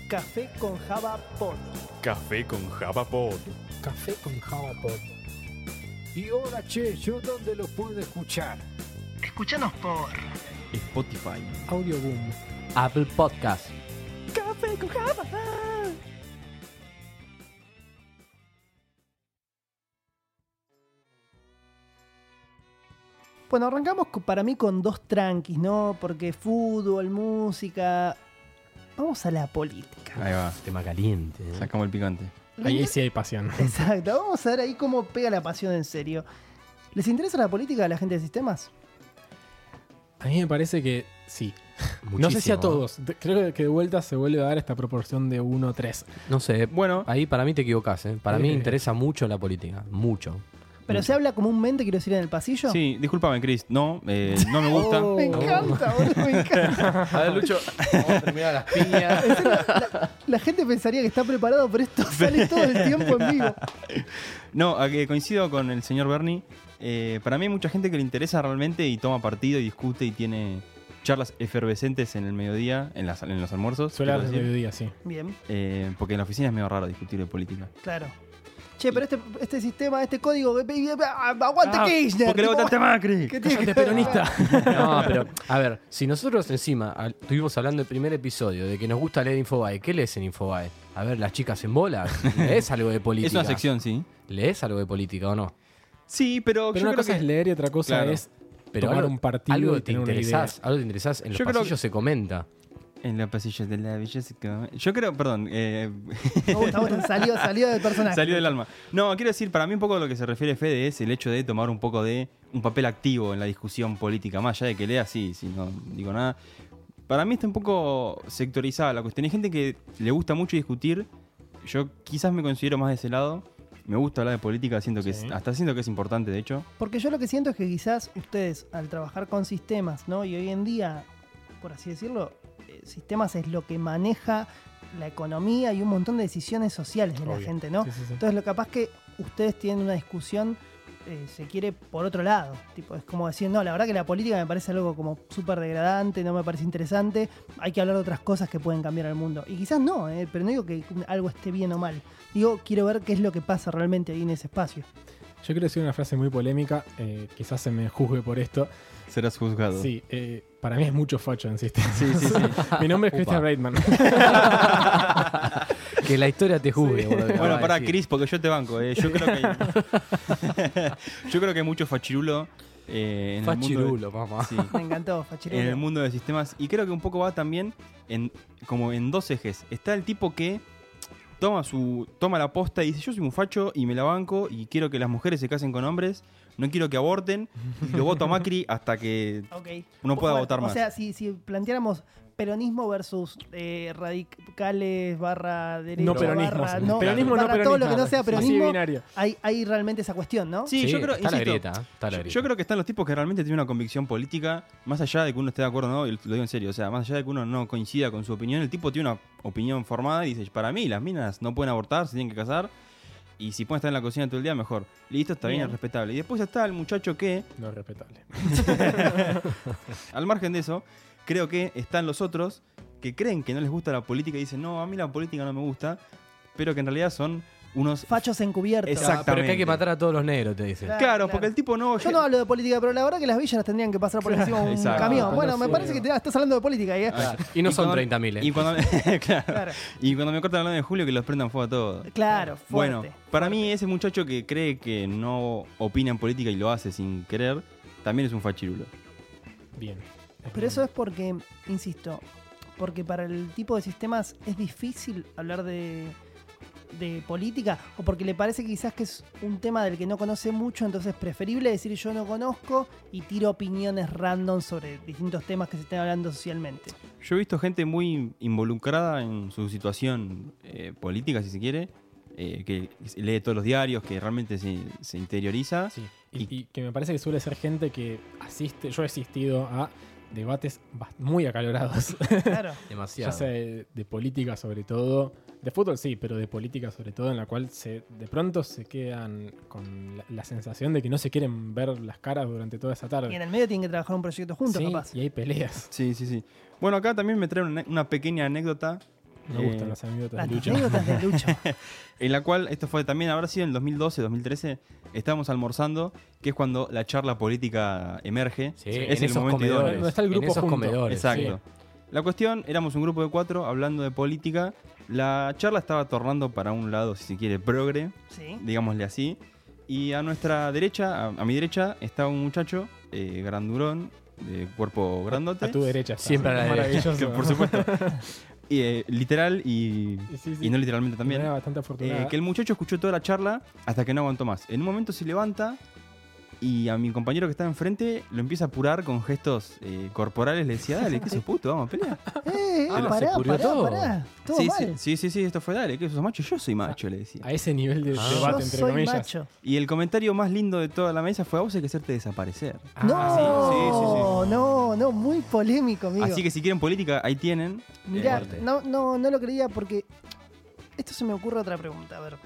D: Café con Java Pod.
B: Café con Java Pod.
F: Café con Java Y ahora, che, ¿yo dónde lo puedo escuchar?
D: Escuchanos por
B: Spotify.
C: audio boom.
E: Apple Podcast.
D: Café con Java. Bueno, arrancamos co- para mí con dos tranquis, ¿no? Porque fútbol, música. Vamos a la política.
B: Ahí va,
E: Tema caliente. ¿eh?
B: sacamos el picante.
C: Ahí sí hay pasión.
D: [LAUGHS] Exacto, vamos a ver ahí cómo pega la pasión en serio. ¿Les interesa la política a la gente de sistemas?
C: A mí me parece que sí. no sé si
E: Muchísimo,
C: a todos. De- Creo que de vuelta se vuelve a dar esta proporción de 1-3.
E: ¿eh? No sé.
B: Bueno,
E: Ahí para mí te equivocás, ¿eh? Para mí
C: Eh.
E: interesa mucho la política. Mucho.
C: Mm.
D: ¿Pero se habla comúnmente, quiero decir, en el pasillo?
B: sí, discúlpame, Chris, no, eh, no me gusta.
D: Oh. Me encanta, boludo, me encanta.
C: [LAUGHS]
E: A ver, Lucho. las piñas.
D: En serio, la, la gente pensaría que está preparado, pero esto sale todo el tiempo en vivo.
B: No, a que coincido con el señor Bernie. Eh, para mí hay mucha gente que le interesa realmente y toma partido y discute y tiene charlas efervescentes en el mediodía, en, las, en los almuerzos.
C: Suele
B: quiero
C: darse
B: decir.
D: [LAUGHS]
C: mediodía, sí.
D: Bien,
B: Eh, porque en la oficina es medio raro discutir de política.
D: claro. Che, pero este, este sistema, este código, ah, aguante Kirchner.
B: Porque le
D: tipo,
B: votaste a Macri.
D: ¿qué tiene que ver?
C: peronista.
E: No, pero a ver, si nosotros encima al- estuvimos hablando el primer episodio de que nos gusta leer Infobae, ¿qué lees en Infobae? A ver, las chicas en bolas, ¿lees algo de política?
B: Es una sección, sí.
E: ¿Lees algo de política o no?
B: Sí, pero,
C: Pero
B: yo
C: una
B: creo
C: cosa
B: que
C: es leer y otra cosa
B: Claro.
C: es
E: Pero
C: tomar
E: algo,
C: un partido
E: algo
C: y
E: te
C: tener una
E: interesás, algo te interesás, en los
B: Yo creo
E: pasillos se comenta.
B: en los pasillos de la villa se come- Yo creo, perdón, eh,
D: [LAUGHS] Me gusta, me gusta, salió, salió del personaje.
B: [LAUGHS] salió del alma. No, quiero decir, para mí un poco lo que se refiere Fede es el hecho de tomar un poco de un papel activo en la discusión política, más allá de que lea, sí, sí, no digo nada. Para mí está un poco sectorizada la cuestión. Hay gente que le gusta mucho discutir. Yo quizás me considero más de ese lado. Me gusta hablar de política, siento que es-
C: Sí.
B: hasta siento que es importante, de hecho.
D: Porque yo lo que siento es que quizás ustedes, al trabajar con sistemas, ¿no? Y hoy en día, por así decirlo, eh, sistemas es lo que maneja la economía y un montón de decisiones sociales de la
C: Obvio.
D: gente, ¿no?
C: Sí, sí, sí.
D: Entonces, lo capaz que ustedes tienen una discusión, eh, se quiere por otro lado. Tipo, es como decir, no, la verdad que la política me parece algo como súper degradante, no me parece interesante, hay que hablar de otras cosas que pueden cambiar al mundo. Y quizás no, eh, pero no digo que algo esté bien o mal. Digo, quiero ver qué es lo que pasa realmente ahí en ese
C: [LAUGHS]
D: espacio.
C: Yo quiero decir una frase muy polémica, eh, quizás se me juzgue por esto.
B: Serás juzgado.
C: Sí, eh, para mí es mucho facho en sistema.
B: sí, sí. sí.
C: [LAUGHS] Mi nombre es
E: Upa.
C: Christian Reitman.
E: Que la historia te juzgue. boludo, que va
B: Bueno,
E: a
B: pará,
E: decir.
B: Cris, porque yo te banco. eh. Yo creo que hay, yo creo que hay [LAUGHS] mucho fachirulo. eh, en El mundo
E: Fachirulo,
B: de-
E: mamá.
B: sí,
D: Me encantó, Fachirulo.
B: en el mundo de sistemas. Y creo que un poco va también en, como en dos ejes. Está el tipo que toma, su, toma la posta y dice: Yo soy un facho y me la banco y quiero que las mujeres se casen con hombres. No quiero que aborten. Y
D: [LAUGHS]
B: lo voto a Macri hasta que
D: Ok.
B: uno pueda
D: Bueno,
B: votar más.
D: O sea, si, si planteáramos peronismo versus eh, radicales barra derecha
C: No peronismo.
D: barra, no,
C: peronismo no
D: barra todo
C: peronismo.
D: lo que no sea
C: Así
D: peronismo,
C: binario.
D: hay, hay realmente esa cuestión, ¿no?
B: sí, yo creo.
E: está la
B: insisto,
E: grieta, ¿eh? está la
B: Yo,
E: grieta.
B: yo creo que están los tipos que realmente tienen una convicción política, más allá de que uno esté de acuerdo o no, y lo digo en serio, o sea, más allá de que uno no coincida con su opinión, el tipo tiene una opinión formada y dice, para mí las minas no pueden abortar, se tienen que casar, y si pueden estar en la cocina todo el día, mejor. Listo, está bien,
D: Bien.
B: es respetable. Y después está el muchacho que,
C: No es respetable.
B: al margen de eso, creo que están los otros que creen que no les gusta la política y dicen, no, a mí la política no me gusta, pero que en realidad son unos...
D: Fachos encubiertos.
E: Ah, Pero que hay
B: Exactamente.
E: que matar a todos los negros, te dicen.
D: Claro,
B: Claro,
D: claro.
B: porque el tipo no...
D: Yo no hablo de política, pero la verdad que las villas las tendrían que pasar por encima de un
B: Exacto.
D: camión. Bueno,
C: Con
D: me
C: los
D: parece que te, estás hablando de política. ¿eh?
B: Ah,
E: Y no son
B: cuando-
E: 30.000, eh.
B: Y cuando, [LAUGHS] me- claro.
D: Claro.
B: y cuando me cortan el 9 de julio, que los prendan fuego a todos.
D: Claro, fuerte.
B: Bueno, para mí ese muchacho que cree que no opina en política y lo hace sin querer, también es un fachirulo.
C: Bien.
D: Pero eso es porque, insisto, porque para el tipo de sistemas es difícil hablar de, de política o porque le parece quizás que es un tema del que no conoce mucho, entonces es preferible decir yo no conozco y tiro opiniones random sobre distintos temas que se estén hablando socialmente.
B: Yo he visto gente muy involucrada en su situación eh, política, si se quiere, eh, que lee todos los diarios, que realmente se, se interioriza.
C: Sí, Y, y que me parece que suele ser gente que asiste, yo he asistido a debates bas- muy acalorados, [LAUGHS]
D: Claro.
E: Demasiado.
C: ya sea de, de política sobre todo, de fútbol sí, pero de política sobre todo, en la cual se, de pronto se quedan con la, la sensación de que no se quieren ver las caras durante toda esa tarde.
D: Y en el medio tienen que trabajar un proyecto juntos,
C: Sí,
D: capaz.
C: y hay peleas.
B: Sí, sí, sí. Bueno, acá también me trae una, una pequeña anécdota
C: Me
B: Eh,
C: gustan las anécdotas
D: Las
C: de lucha.
D: anécdotas de Lucho.
B: en la cual, esto fue también, habrá sido en el 2012, 2013, estábamos almorzando, que es cuando la charla política emerge.
E: Sí, en
B: es el
E: esos
B: momento idóneo.
E: comedores.
C: Donde está el
E: En
C: grupo
E: esos
C: junto.
E: comedores.
B: Exacto. La cuestión, éramos un grupo de cuatro hablando de política. La charla estaba tornando para un lado, si se quiere, progre,
D: Sí.
B: digámosle así. Y a nuestra derecha, a, a mi derecha, estaba un muchacho eh, grandurón, de cuerpo grandote.
C: A tu derecha. está.
E: Siempre a la derecha.
C: Maravilloso.
B: que por supuesto. y, eh, literal y,
C: [LAUGHS] Sí, sí.
B: y no literalmente también.
C: Era bastante afortunada.
B: Eh, que el muchacho escuchó toda la charla hasta que no aguantó más. En un momento se levanta y a mi compañero que estaba enfrente lo empieza a apurar con gestos eh, corporales. Le decía, dale, que sos puto, vamos a pelear.
D: Eh, eh,
E: Ah, se
D: pará,
E: pudrió
D: pará,
E: todo.
D: pará. Todo
B: sí,
D: mal.
B: sí, sí, sí, sí, esto fue, dale, que sos macho, yo soy macho, le decía.
C: A ese nivel de
E: Ah.
C: debate,
D: Yo
C: entre
D: soy
C: comillas.
D: macho.
B: Y el comentario más lindo de toda la mesa fue, a vos hay que hacerte desaparecer.
D: no,
B: Ah, sí, sí,
D: no, no, muy polémico, amigo.
B: Así que si quieren política, ahí tienen. eh,
D: Mirá,
E: Fuerte.
D: no, no, no lo creía porque. Esto se me ocurre otra pregunta. A ver.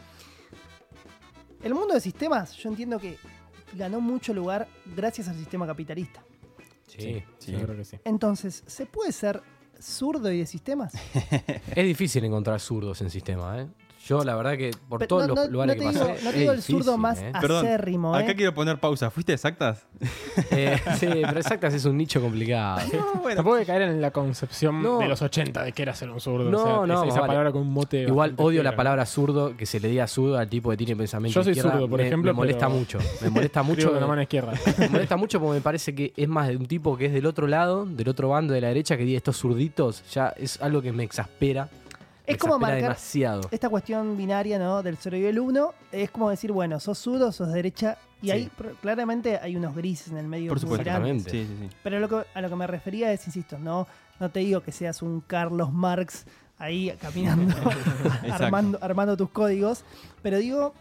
D: El mundo de sistemas, yo entiendo que ganó mucho lugar gracias al sistema capitalista.
E: Sí.
B: Sí.
C: Yo creo que sí.
D: Entonces, ¿se puede ser zurdo y de sistemas?
E: Es difícil encontrar zurdos en sistema, ¿eh? Yo, la verdad, que por
D: Pero
E: todos
D: no,
E: los
D: no-
E: lugares
D: no te
E: que
D: digo,
E: pasé.
D: no te
E: es
D: digo el zurdo
E: difícil,
D: más
E: ¿eh?
B: Perdón,
D: acérrimo,
B: Acá
D: ¿eh?
B: quiero poner pausa.
D: [LAUGHS]
B: ¿Fuiste exactas?
E: [LAUGHS] Eh, sí, pero exactas es un nicho complicado.
C: Tampoco hay que caer en la concepción
E: No.
C: de los 80 de que era ser un zurdo.
E: No,
C: o sea,
E: no,
C: esa, esa
E: vale.
C: palabra con un mote.
E: Igual
C: bastante
E: odio la
C: fiero.
E: palabra zurdo, que se le diga zurdo al tipo que tiene pensamiento
C: Yo soy
E: izquierda.
C: zurdo, por
E: me,
C: ejemplo,
E: Me molesta
C: pero-
E: mucho.
D: [LAUGHS]
E: Me molesta
C: Escribo
E: mucho.
C: con la mano izquierda.
E: Me molesta mucho porque me parece que es más de un tipo que es del otro lado, del otro bando de la derecha, que diga estos zurditos, ya es algo que me exaspera. Me
D: Es como
E: exaspera
D: marcar
E: demasiado.
D: esta cuestión binaria, ¿no? Del 0 y el 1. Es como decir, bueno, sos zurdo, sos derecha. Y
E: Sí.
D: ahí pro- claramente hay unos grises en el medio.
B: Por
D: muy
B: supuesto.
D: grandes.
E: Exactamente.
B: Sí, sí, sí.
D: Pero lo que- a lo que me refería es, insisto, no, no te digo que seas un Carlos Marx ahí caminando, armando, armando tus códigos, pero digo,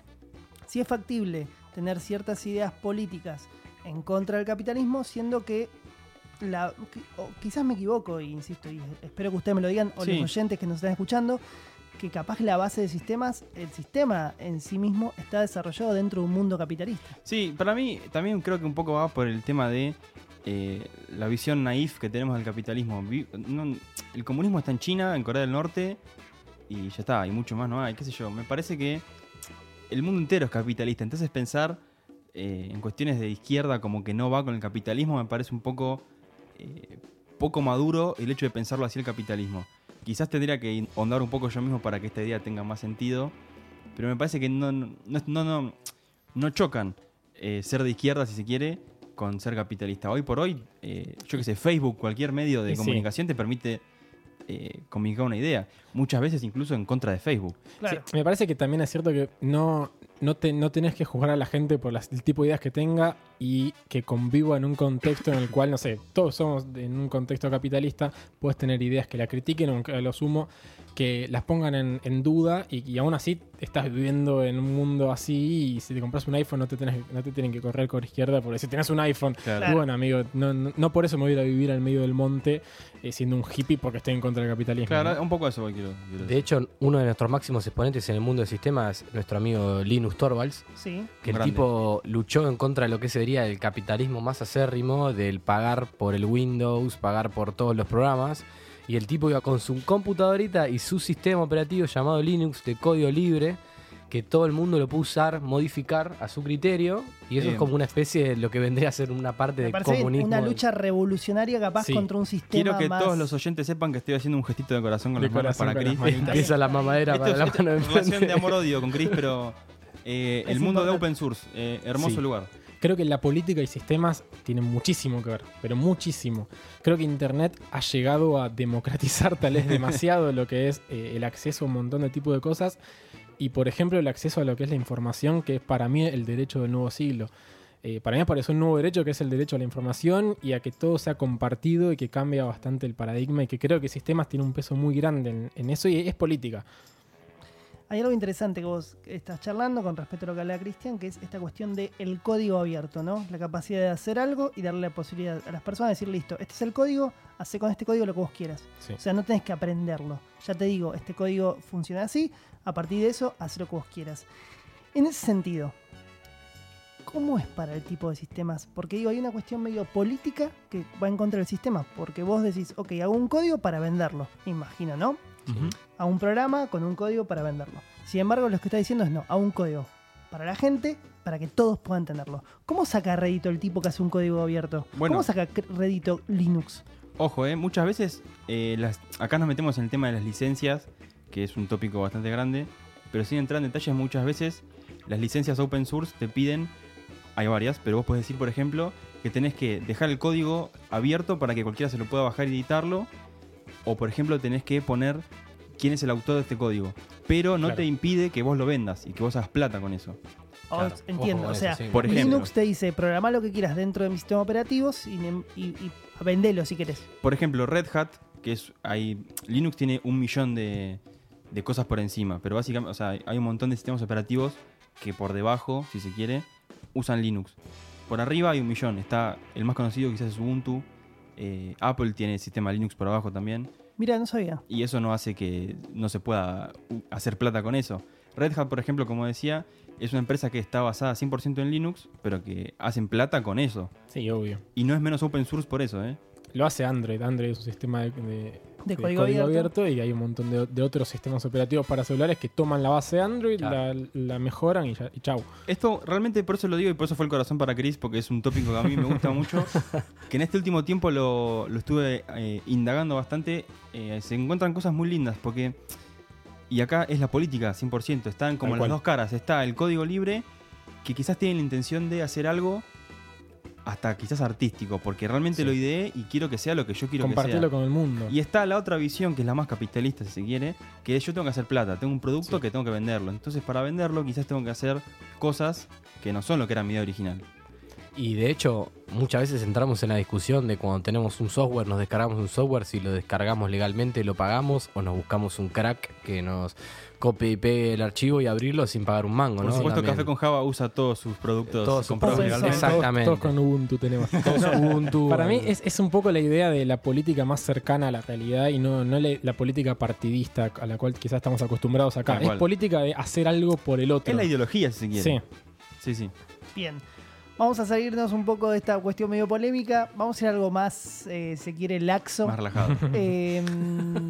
D: si es factible tener ciertas ideas políticas en contra del capitalismo, siendo que, la, qui- o quizás me equivoco, e insisto, y espero que ustedes me lo digan, o
B: Sí.
D: los oyentes que nos están escuchando, que capaz la base de sistemas, el sistema en sí mismo está desarrollado dentro de un mundo capitalista.
B: Sí, para mí también creo que un poco va por el tema de eh, la visión naif que tenemos del capitalismo. Vi- no- el comunismo está en China, en Corea del Norte, y ya está, y mucho más no hay, qué sé yo. Me parece que el mundo entero es capitalista, entonces pensar eh, en cuestiones de izquierda como que no va con el capitalismo me parece un poco, eh, poco maduro el hecho de pensarlo así el capitalismo. Quizás tendría que ahondar un poco yo mismo para que esta idea tenga más sentido, pero me parece que no, no, no, no, no chocan eh, ser de izquierda, si se quiere, con ser capitalista. Hoy por hoy, eh, yo que sé, Facebook, cualquier medio de
C: Y sí.
B: comunicación te permite eh, comunicar una idea. Muchas veces incluso en contra de Facebook.
D: Claro.
C: Sí, me parece que también es cierto que no, no, te, no tenés que juzgar a la gente por las- el tipo de ideas que tenga y que conviva en un contexto en el cual, no sé, todos somos de- en un contexto capitalista, puedes tener ideas que la critiquen, aunque a lo sumo, que las pongan en, en duda y, y aún así estás viviendo en un mundo así y si te compras un iPhone no te, tenés- no te tienen que correr con la izquierda porque si tenés un iPhone...
D: Claro.
C: y Bueno, amigo, no, no- no por eso me voy a ir a vivir al medio del monte eh, siendo un hippie porque estoy en contra del capitalismo. ¿no?
B: Claro, un poco eso voy, quiero, quiero
E: De
B: decir.
E: hecho, uno de nuestros máximos exponentes en el mundo de sistemas es nuestro amigo Linus Torvalds,
D: Sí.
E: que
B: Grande.
E: el tipo luchó en contra de lo que sería el capitalismo más acérrimo, del pagar por el Windows, pagar por todos los programas. Y el tipo iba con su computadorita y su sistema operativo llamado Linux de código libre, que todo el mundo lo puede usar, modificar a su criterio, y eso
B: Bien.
E: es como una especie de lo que vendría a ser una
B: este,
E: parte
D: Me
E: de
D: parece bien,
E: comunismo.
D: una lucha revolucionaria capaz
E: Sí.
D: contra un sistema
B: Quiero que
D: más...
B: todos los oyentes sepan que estoy haciendo un gestito de corazón con
C: De
B: las manos
C: corazón
B: para
C: con
B: Chris.
C: las
B: [LAUGHS]
C: manitas.
E: Empieza la mamadera
B: Esto
E: para
B: es,
E: la
B: esto
E: mano de
B: es relación de
E: enfrente.
B: amor-odio
C: [LAUGHS]
B: con Chris, pero eh,
D: Es
B: el mundo de
D: importante.
B: open source, eh, hermoso
C: Sí.
B: lugar.
C: Creo que la política y sistemas tienen muchísimo que ver, pero muchísimo. Creo que Internet ha llegado a democratizar tal vez demasiado lo que es eh, el acceso a un montón de tipos de cosas y, por ejemplo, el acceso a lo que es la información, que es para mí el derecho del nuevo siglo. Eh, para mí apareció un nuevo derecho que es el derecho a la información y a que todo sea compartido y que cambia bastante el paradigma y que creo que sistemas tiene un peso muy grande en, en eso y es política.
D: Hay algo interesante que vos estás charlando con respecto a lo que hablaba Cristian, que es esta cuestión del el código abierto, ¿no? La capacidad de hacer algo y darle la posibilidad a las personas de decir, listo, este es el código, hace con este código lo que vos quieras.
C: Sí.
D: O sea, no tenés que aprenderlo. Ya te digo, este código funciona así, a partir de eso, haz lo que vos quieras. En ese sentido, ¿cómo es para el tipo de sistemas? Porque digo, hay una cuestión medio política que va en contra del sistema, porque vos decís, ok, hago un código para venderlo, imagino, ¿no? a un programa con un código para venderlo. Sin embargo, lo que está diciendo es no, a un código para la gente, para que todos puedan tenerlo. ¿Cómo saca rédito el tipo que hace un código abierto?
B: Bueno.
D: ¿Cómo saca cr- rédito Linux?
B: Ojo, eh, muchas veces eh, las, acá nos metemos en el tema de las licencias, que es un tópico bastante grande, pero sin entrar en detalles muchas veces las licencias open source te piden, hay varias, pero vos podés decir, por ejemplo, que tenés que dejar el código abierto para que cualquiera se lo pueda bajar y editarlo, o por ejemplo tenés que poner quién es el autor de este código, pero no
C: Claro.
B: te impide que vos lo vendas y que vos hagas plata con eso.
D: Oh,
E: Claro,
D: entiendo,
E: ojo
D: o
E: con
D: sea,
E: eso, sí.
B: Por ejemplo.
D: Linux te dice, programa lo que quieras dentro de mi sistema operativo y, ne- y, y vendelo si querés.
B: Por ejemplo, Red Hat, que es. Hay, Linux tiene un millón de, de cosas por encima, pero básicamente, o sea, hay un montón de sistemas operativos que por debajo, si se quiere, usan Linux. Por arriba hay un millón. Está el más conocido, quizás es Ubuntu. eh, Apple tiene el sistema Linux por abajo también.
D: Mira, no sabía.
B: Y eso no hace que no se pueda u- hacer plata con eso. Red Hat, por ejemplo, como decía, es una empresa que está basada 100% en Linux, pero que hacen plata con eso.
C: Sí, obvio.
B: Y no es menos open source por eso, ¿eh?
C: Lo hace Android. Android es un sistema de, de-
D: De
C: de
D: código abierto.
C: y hay un montón de, de otros sistemas operativos para celulares que toman la base de Android,
B: Claro.
C: la, la mejoran y, ya, y chau.
B: Esto realmente por eso lo digo y por eso fue el corazón para Chris, porque es un tópico que a mí me gusta
C: [LAUGHS]
B: mucho. Que en este último tiempo lo, lo estuve eh, indagando bastante. eh, se encuentran cosas muy lindas, porque. Y acá es la política, 100%. Están como las
C: Tal cual.
B: dos caras. Está el código libre, que quizás tienen la intención de hacer algo hasta quizás artístico, porque realmente
C: Sí.
B: lo ideé y quiero que sea lo que yo quiero que sea.
C: Compartirlo con el mundo.
B: Y está la otra visión, que es la más capitalista, si se quiere, que es yo tengo que hacer plata, tengo un producto
C: Sí.
B: que tengo que venderlo. Entonces, para venderlo, quizás tengo que hacer cosas que no son lo que era mi idea original.
E: Y de hecho, muchas veces entramos en la discusión de cuando tenemos un software, nos descargamos un software, si lo descargamos legalmente, lo pagamos, o nos buscamos un crack que nos copie y pegue el archivo y abrirlo sin pagar un mango,
B: Por
E: ¿no?
B: supuesto,
E: También.
B: Café con Java usa todos sus productos
E: Todos sus
B: comprados
D: productos.
B: legalmente.
C: Todos-
E: Exactamente.
C: Todos, con Ubuntu tenemos.
E: Ubuntu.
C: Para mí es, es un poco la idea de la política más cercana a la realidad y no, no le- la política partidista a la cual quizás estamos acostumbrados acá.
B: Tal
C: Es
B: cual.
C: política de hacer algo por el otro.
B: Es la ideología, si se quiere.
C: sí,
B: Sí, sí.
D: Bien. Vamos a salirnos un poco de esta cuestión medio polémica. Vamos a ir a algo más, eh, se quiere, laxo.
B: Más
E: [LAUGHS]
B: relajado.
D: Eh,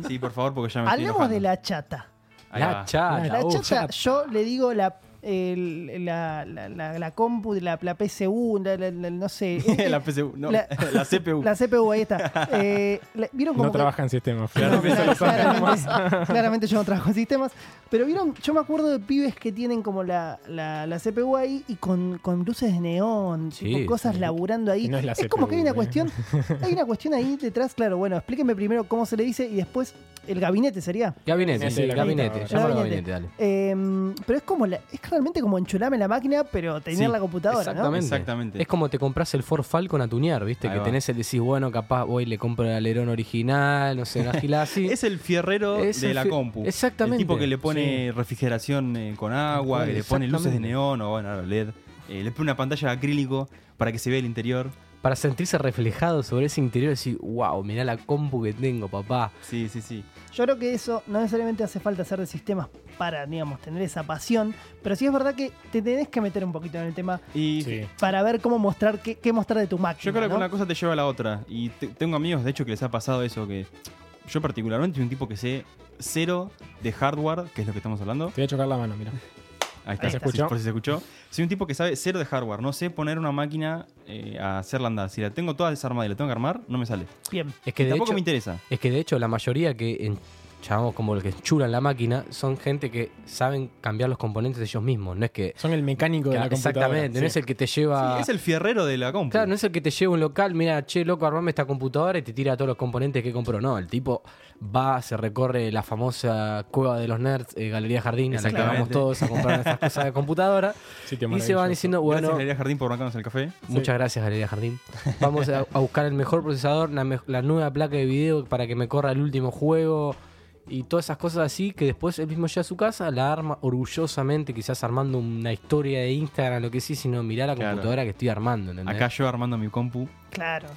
B: Sí, por favor, porque ya me estoy
D: hablemos de
B: enojando.
D: la chata.
B: Ahí
E: La
B: va.
E: chata.
D: La
E: uh,
D: chata, yo le digo la, el- la, la, la- la compu, la, la PSU, la, la- la- no sé. eh,
B: [LAUGHS] [LAUGHS] la PCU, no,
D: La-
B: [LAUGHS] la, CPU.
D: la CPU, ahí está. Eh, la- ¿Vieron cómo
C: no
D: que-
C: trabaja en sistemas.
D: No,
C: Flor. [LAUGHS]
D: claro, claramente, claramente yo no trabajo en sistemas. Pero vieron, yo me acuerdo de pibes que tienen como la, la, la CPU ahí y con, con luces de neón,
E: Sí,
D: tipo, cosas
E: sí.
D: laburando ahí.
C: No es la
D: como que hay una
C: CPU, ¿eh?
E: [LAUGHS]
D: cuestión, hay una cuestión ahí detrás, claro, bueno, explíqueme primero cómo se le dice y después el gabinete sería.
E: Gabinete,
C: Sí,
E: sí,
C: la
E: gabinete.
C: gabinete.
E: Llámalo
D: Gabinete.
E: gabinete, dale.
D: Eh, pero es como la- es realmente como enchularme la máquina, pero tener
B: Sí,
D: la computadora,
E: Exactamente.
B: Exactamente.
E: Es como te compras el Ford Falcon a tunear, ¿viste?
B: Ahí
E: que
B: va.
E: tenés el decís, bueno, capaz voy y le compro el alerón original, no sé, una
B: [LAUGHS]
E: gilada así.
B: Es el fierrero
E: Es
B: de
E: el
B: la
E: fi-
B: compu.
E: Exactamente.
B: El tipo que le pone refrigeración eh, con agua,
E: cual,
B: que le pone luces de
E: exactamente.
B: neón o bueno, ahora LED. eh, le pone una pantalla de acrílico para que se vea el interior.
E: Para sentirse reflejado sobre ese interior y decir, wow, mirá la compu que tengo, papá.
B: Sí, sí, sí.
D: ¿no? Yo creo que eso no necesariamente hace falta hacer de sistemas para, digamos, tener esa pasión, pero sí es verdad que te tenés que meter un poquito en el tema
B: Y
C: Sí.
D: para ver cómo mostrar qué, qué mostrar de tu máquina.
B: yo creo que
D: ¿no?
B: una cosa te lleva a la otra. Y te- tengo amigos, de hecho, que les ha pasado eso. que Yo particularmente soy un tipo que sé cero de hardware, que es lo que estamos hablando.
C: Te voy a chocar la mano, mira.
B: Ahí está,
D: Ahí está.
B: por si-
C: ¿Se escuchó?
B: por si se escuchó. Soy un tipo que sabe cero de hardware. No sé poner una máquina eh, a hacerla andar. Si la tengo toda desarmada y la tengo que armar, no me sale.
D: Bien.
E: Es que de
B: Tampoco
E: hecho,
B: me interesa.
E: es que de hecho la mayoría que en- llamamos como el que chulan la máquina son gente que saben cambiar los componentes ellos mismos. No es que
C: Son el mecánico de la computadora.
E: exactamente, no
C: sí.
E: es el que te lleva
B: Sí, es el fierrero de la compra.
E: Claro, no es el que te lleva a un local, mira, che, loco, armame esta computadora y te tira todos los componentes que compró. No, el tipo va, se recorre la famosa cueva de los nerds, eh, Galería Jardín, a la que
B: Exactamente.
E: vamos todos a comprar nuestras
B: [LAUGHS]
E: cosas de computadora.
C: Sitio
E: y se
C: maravilloso.
E: van diciendo,
B: Gracias,
E: bueno,
B: Galería Jardín, por bancarnos el café.
E: muchas gracias, Galería Jardín. Vamos a, a buscar el mejor procesador, la, me- la nueva placa de video para que me corra el último juego. Y todas esas cosas así que después él mismo llega a su casa, la arma orgullosamente, quizás armando una historia de Instagram, lo que sí, sino mirá la
B: Claro.
E: computadora que estoy armando, ¿entendés?
B: Acá yo armando mi compu.
D: Claro.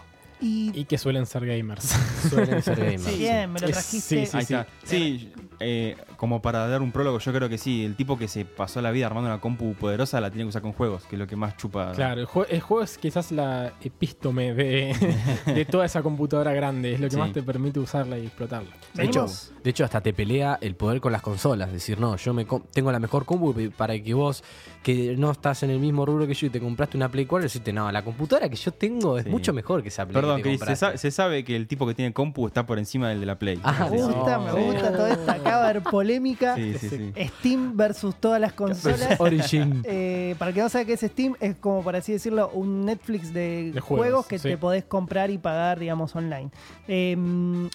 D: Y,
C: Y que suelen ser gamers.
E: suelen
B: [LAUGHS]
E: ser gamers.
D: bien, me lo
C: Es-
D: trajiste.
C: sí, sí,
B: Ahí está. Sí, eh, como para dar un prólogo, yo creo que sí. El tipo que se pasó la vida armando una compu poderosa la tiene que usar con juegos, que es lo que más chupa.
C: Claro, el jue- el juego, es quizás la epístome de, [LAUGHS] de toda esa computadora grande. Es lo que
B: Sí.
C: más te permite usarla y explotarla.
E: De hecho,
D: Venimos-
E: de hecho, hasta te pelea el poder con las consolas. Decir, no, yo me com- tengo la mejor compu pe- para que vos, que no estás en el mismo rubro que yo y te compraste una Play 4, decirte, no, la computadora que yo tengo es
B: Sí.
E: mucho mejor que esa Play
B: Perdón,
E: que te
B: Chris, se, sa-
E: compraste".
B: se sabe que el tipo que tiene compu está por encima del de la Play.
E: Ah,
D: Me
B: Sí, sí.
D: gusta, me
B: Sí.
D: gusta toda esta. Acaba de haber polémica.
B: Sí, sí, sí.
D: Steam versus todas las consolas.
E: Origin.
D: Eh, para el que no sabe qué es Steam, es como, por así decirlo, un Netflix de,
C: De
D: juegos,
C: juegos,
D: que
C: sí.
D: te podés comprar y pagar, digamos, online. Eh,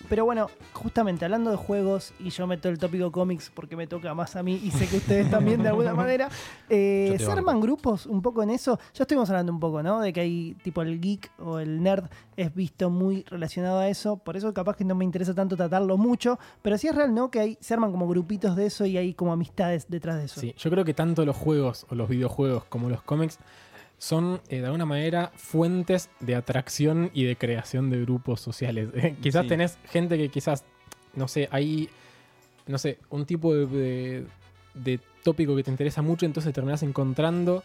D: pero bueno, justamente hablando de juegos, y yo meto el tópico cómics porque me toca más a mí y sé que ustedes también de alguna manera, eh,
E: Yo te
D: ¿se
E: banco.
D: arman grupos un poco en eso? Ya estuvimos hablando un poco, ¿no? De que hay tipo el geek o el nerd es visto muy relacionado a eso, por eso capaz que no me interesa tanto tratarlo mucho, pero sí es real, ¿no? Que hay, se arman como grupitos de eso y hay como amistades detrás de eso.
C: Sí, yo creo que tanto los juegos o los videojuegos como los cómics son eh, de alguna manera fuentes de atracción y de creación de grupos sociales. [LAUGHS] quizás
B: Sí.
C: tenés gente que quizás, no sé, hay, no sé, un tipo de, de- de tópico que te interesa mucho, entonces terminás encontrando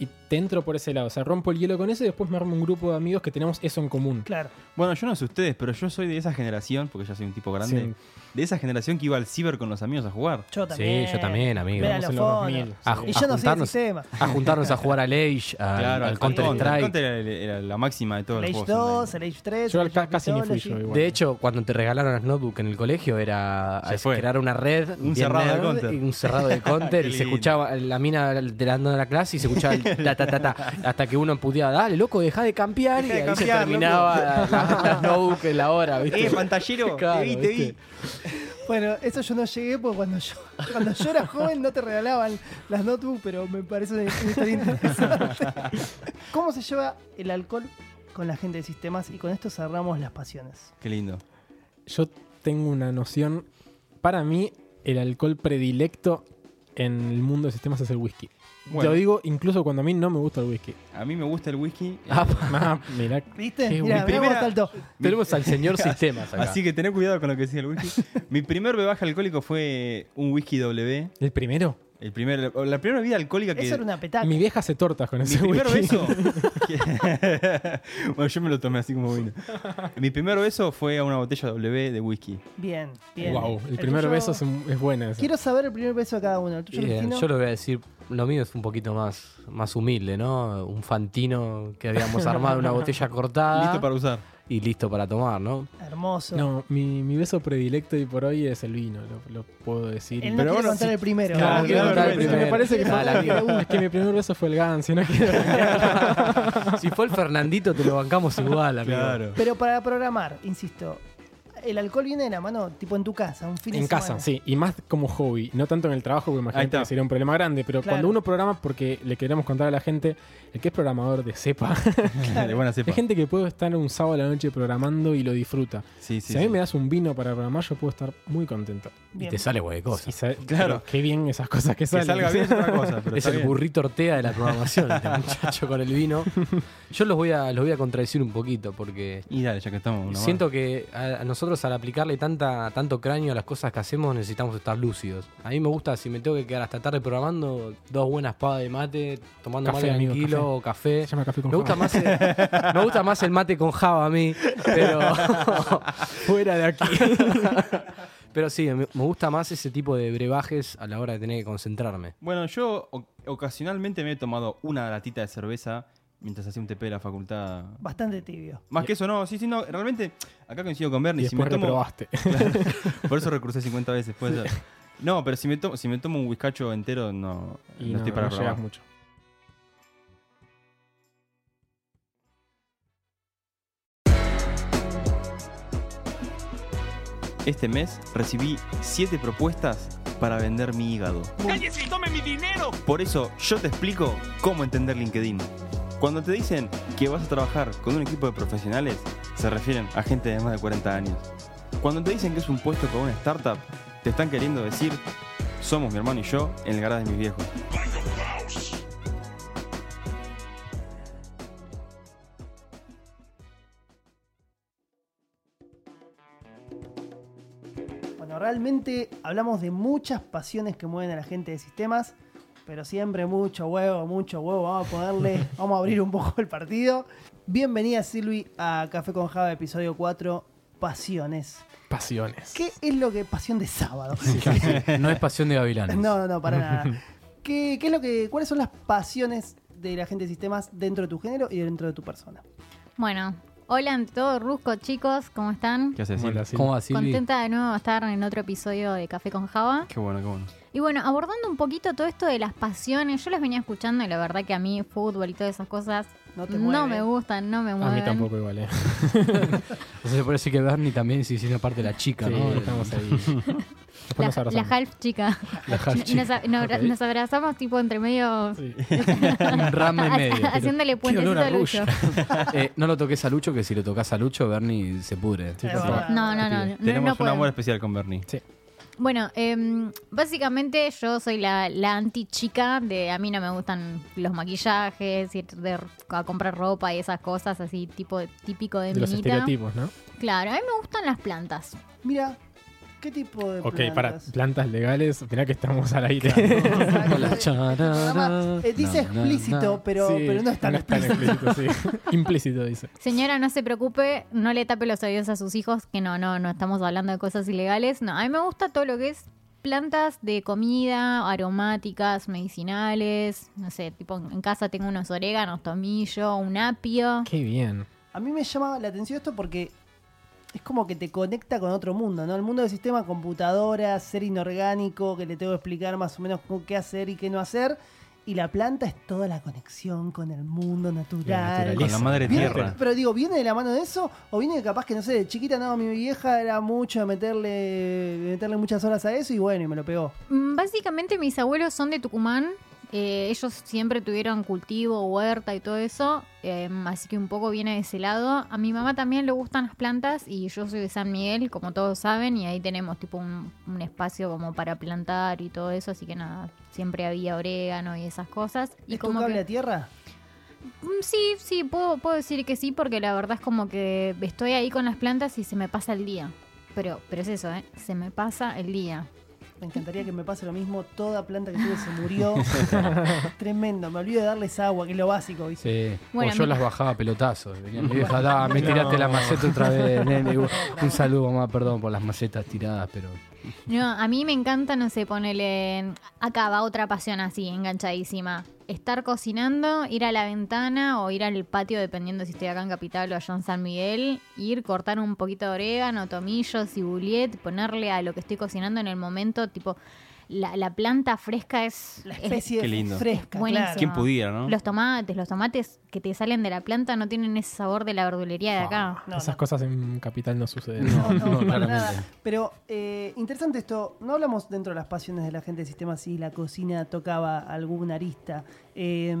C: y te entro por ese lado. O sea, rompo el hielo con eso y después me armo un grupo de amigos que tenemos eso en común.
D: Claro.
B: Bueno, yo no sé ustedes, pero yo soy de esa generación, porque ya soy un tipo grande,
C: Sí,
B: de esa generación que iba al ciber con los amigos a jugar.
D: Yo
E: Sí,
D: también.
E: yo también, amigo.
D: Mira, los
C: estamos en los
D: fonos.
C: 2000,
E: Ah,
C: sí.
D: Y yo no
E: a
D: sé el
E: juntarnos.
D: sistema.
E: A juntarnos a jugar al Age, al, al
B: al
E: Counter
B: El
E: Strike.
B: Counter era, era la máxima de todos
D: El Age
B: los juegos.
D: 2, el Age 3.
C: Yo
D: el
C: al ca-
D: Age
C: casi ni fui yo
D: Mythology.
C: igual.
E: De hecho, cuando te regalaron las notebooks en el colegio era
B: Se
E: es
B: fue.
E: crear una red,
B: Un
E: bien
B: cerrado de
E: nerd,
B: Counter.
E: y un cerrado
B: [LAUGHS]
E: de counter
B: Qué
E: y se
B: lindo.
E: escuchaba la mina de la andando de la clase y se escuchaba el ta ta ta ta hasta que uno puteaba, dale loco, dejá de campear
B: Dejá
E: y
B: de
E: ahí
B: campear,
E: se terminaba
B: [LAUGHS]
E: la, la notebook en la hora, ¿viste?
B: ¡Eh,
C: [LAUGHS]
B: pantallero!
E: Claro,
B: ¡Te vi, te vi!
E: ¿viste?
D: Bueno, eso yo no llegué porque cuando yo, cuando yo era joven no te regalaban las notebooks, pero me parece una historia interesante. ¿Cómo se lleva el alcohol con la gente de sistemas? Y con esto cerramos las pasiones.
B: Qué lindo.
C: yo tengo una noción. Para mí, el alcohol predilecto en el mundo de sistemas es el whisky.
B: Bueno.
C: Lo digo incluso cuando a mí no me gusta el
B: [LAUGHS]
C: whisky.
B: A mí me gusta el whisky. eh,
E: Ah,
C: Ah, mirá,
D: ¿Viste? Mira,
C: Qué bueno.
D: mira
B: Primera-
D: saltó.
E: tenemos al señor sistemas acá.
B: Así que tené cuidado con lo que decía el
C: [LAUGHS]
B: whisky. Mi primer bebaje alcohólico fue un whisky W.
C: ¿el primero?
B: El primer, la primera bebida alcohólica que.
D: Eso era una petaca.
C: Mi vieja hace tortas con
B: Mi
C: ese
B: primer
C: whisky. [LAUGHS]
B: beso. [LAUGHS] bueno, yo me lo tomé así como vino. Mi primer beso fue a una botella W de whisky.
D: Bien, bien.
C: Wow, el primer
D: tuyo-
C: beso es, un- es buena esa.
D: Quiero saber el primer beso de cada uno. El tuyo,
E: Bien,
D: Justino?
E: yo lo voy a decir, lo mío es un poquito más, más humilde, ¿no? Un fantino que habíamos armado una botella
C: Ah.
E: cortada
B: Listo para usar.
E: y listo para tomar, ¿no?
D: Hermoso.
C: No, mi, mi beso predilecto y por hoy es el vino, lo, lo puedo decir.
D: Él no quiere
B: Pero bueno,
D: contar
B: sí.
D: el primero.
B: Claro,
D: Ah,
B: no
C: No,
B: quiero
C: quiero
B: contar
C: contar
B: el primero.
C: Me parece que, fue-
E: Mala vida.
C: es que mi primer beso fue el Gancio, no quiero-
E: Si fue el Fernandito, te lo bancamos igual, amigo.
D: Pero para programar, insisto, el alcohol viene de la mano, tipo en tu casa, un fin de
C: En
D: semana.
C: casa, sí, y más como hobby, no tanto en el trabajo, porque
B: Ahí
C: imagínate
B: está.
C: que sería un problema grande, pero
D: Claro.
C: cuando uno programa, porque le queremos contar a la gente, el que es programador de cepa,
B: [LAUGHS]
C: [LAUGHS]
B: De buena cepa.
C: hay gente que puede estar un sábado a la noche programando y lo disfruta.
B: Sí, sí,
C: si a mí
B: sí.
C: me das un vino para programar, yo puedo estar muy contento.
E: Y
D: Bien.
E: te sale cualquier cosa.
C: Y sa-
B: Claro.
C: pero Qué bien esas cosas que
B: Que
C: salen.
B: salga bien es otra cosa.
C: [LAUGHS]
B: Pero
E: Es
B: está
E: el
B: bien.
E: burrito Ortega de la programación, este muchacho con el vino. Yo los voy a, los voy a contradecir un poquito porque
B: Y dale, ya que estamos. una más.
E: siento que a, a nosotros al aplicarle tanta, tanto cráneo a las cosas que hacemos necesitamos estar lúcidos. A mí me gusta, si me tengo que quedar hasta tarde programando, dos buenas pavas de mate, tomando
C: Café,
E: mate
C: amigo,
E: tranquilo
C: café.
E: o café.
C: Se llama café con
E: Me gusta,
C: java.
E: más el, me gusta más
C: [LAUGHS]
E: el mate con java a mí, pero
B: [LAUGHS]
C: Fuera de aquí.
E: Pero sí, me me gusta más ese tipo de brebajes a la hora de tener que concentrarme.
B: Bueno, yo o- ocasionalmente me he tomado una latita de cerveza mientras hacía un TP de la facultad.
D: Bastante tibio.
B: Más que eso, no, sí, sí, no. Realmente, acá coincido con
C: Y
B: Bernie. Si me
C: después
B: tomo,
C: reprobaste.
B: [LAUGHS] Claro.
C: [LAUGHS]
B: Por eso recursé 50 veces. puede ser. No, pero si me, tomo, si me tomo un whiskacho entero, no,
C: y
B: no
C: no,
B: estoy para
C: no llegas
B: probar.
C: mucho.
B: Este mes recibí 7 propuestas para vender mi hígado.
G: ¡Cállese y tome mi dinero!
B: Por eso yo te explico cómo entender LinkedIn. Cuando te dicen que vas a trabajar con un equipo de profesionales, se refieren a gente de más de 40 años. Cuando te dicen que es un puesto con una startup, te están queriendo decir, somos mi hermano y yo en el garaje de mis viejos.
D: Bueno, realmente hablamos de muchas pasiones que mueven a la gente de sistemas, pero siempre mucho huevo, mucho huevo. Vamos a ponerle, vamos a abrir un poco el partido. Bienvenida Silvi a Café con Java, episodio 4, Pasiones.
C: Pasiones.
D: ¿Qué es lo que pasión de sábado?
E: [LAUGHS] No es pasión de
D: [LAUGHS]
E: gavilanes.
D: No, no, no, para nada. ¿Qué, qué es lo que, ¿Cuáles son las pasiones de la gente de sistemas dentro de tu género y dentro de tu persona?
H: Bueno, hola ante todo, Rusco, chicos, ¿cómo están?
B: ¿Qué haces?
C: Hola, Silvi.
E: ¿Cómo va, Silvi?
H: Contenta de nuevo de estar en otro episodio de Café con Java.
B: Qué bueno, qué bueno.
H: Y bueno, abordando un poquito todo esto de las pasiones, yo las venía escuchando y la verdad que a mí fútbol y todas esas cosas
D: No
H: no,
D: te mueve.
H: me gustan, no me
C: A
H: mueven.
C: mí tampoco igual, ¿eh?
E: Entonces se puede decir que Bernie también se hicieron parte de la chica,
C: Sí,
E: ¿no?
C: estamos ahí. Después
H: La,
C: nos abrazamos.
H: la half chica.
E: La half
H: [LAUGHS] Y Nos, a- nos abra-
C: Ok.
H: nos abrazamos tipo entre medio
C: Sí.
E: Un rama
H: [LAUGHS]
E: y medio.
H: haciéndole puentecito
C: olor a
H: a Lucho.
E: [LAUGHS] Eh, no lo toques a Lucho, que si lo tocas a Lucho, Bernie se pudre.
C: Sí,
D: Es
C: sí.
D: verdad.
H: No, no, no. no, no
B: Tenemos un
H: puedo.
B: amor especial con Bernie.
H: Bueno, em, básicamente yo soy la, la anti chica de a mí no me gustan los maquillajes, ir de r- a comprar ropa y esas cosas así tipo típico de,
C: De los
H: minita.
C: estereotipos, ¿no?
H: Claro, a mí me gustan las plantas.
D: Mira, ¿qué tipo de
C: Ok, para [LAUGHS]
D: plantas?
C: plantas legales, mirá que estamos al aire. [LAUGHS]
D: Además, eh, dice explícito, Pero,
C: Sí,
D: pero no es tan explícito.
C: explícito, sí. Implícito dice.
H: Señora, no se preocupe, no le tape los oídos a sus hijos, que no, no, no estamos hablando de cosas ilegales. No, a mí me gusta todo lo que es plantas de comida, aromáticas, medicinales, no sé, tipo en en casa tengo unos oréganos, tomillo, un
D: Ah.
H: apio.
C: Qué bien.
D: A mí me llama la atención esto porque es como que te conecta con otro mundo, ¿no? El mundo del sistema, computadora, ser inorgánico, que le tengo que explicar más o menos con qué hacer y qué no hacer. Y la planta es toda la conexión con el mundo natural.
B: Con la madre
D: ¿Viene-
B: tierra.
D: Pero digo, ¿viene de la mano de eso? ¿O viene de capaz que, no sé, de chiquita, no, mi vieja era mucho de meterle, de meterle muchas horas a eso y bueno, y me lo pegó?
H: Mm, Básicamente mis abuelos son de Tucumán. Eh, ellos siempre tuvieron cultivo, huerta y todo eso. eh, así que un poco viene de ese lado. A mi mamá también le gustan las plantas y yo soy de San Miguel, como todos saben. Y ahí tenemos tipo un, un espacio como para plantar y todo eso. Así que nada, siempre había orégano y esas cosas. Y
D: ¿Es tu cable
H: que-
D: a tierra?
H: Mm, Sí, sí, puedo, puedo decir que sí, porque la verdad es como que estoy ahí con las plantas y se me pasa el día. Pero, pero es eso, ¿eh? Se me pasa el día.
D: Me encantaría que me pase lo mismo. Toda planta que tuve se murió. Tremendo. Me olvido de darles agua, que es lo básico, ¿viste?
E: Sí.
H: Bueno,
E: o yo
H: mi-
E: las bajaba a pelotazos. Venía mi vieja, dame, tiraste la maceta otra vez, nene. Un saludo, mamá, perdón por las macetas tiradas, pero.
H: No, a mí me encanta, no sé, ponerle. Acá va otra pasión así, enganchadísima. Estar cocinando, ir a la ventana o ir al patio, dependiendo si estoy acá en Capital o allá en San Miguel. Ir, cortar un poquito de orégano, tomillo, cibuliet, ponerle a lo que estoy cocinando en el momento, tipo. La, la planta fresca es.
D: La
H: es-
D: especie
B: Qué lindo.
D: fresca,
H: Buenísimo.
D: claro.
B: ¿Quién pudiera, no?
H: los tomates, los tomates que te salen de la planta no tienen ese sabor de la verdulería de Eh, acá.
D: No,
C: Esas
D: no.
C: cosas en Capital no suceden. [LAUGHS]
D: No, no, para
E: claramente.
D: nada. Pero eh, interesante esto, no hablamos dentro de las pasiones de la gente de sistema si la cocina tocaba algún arista. Eh,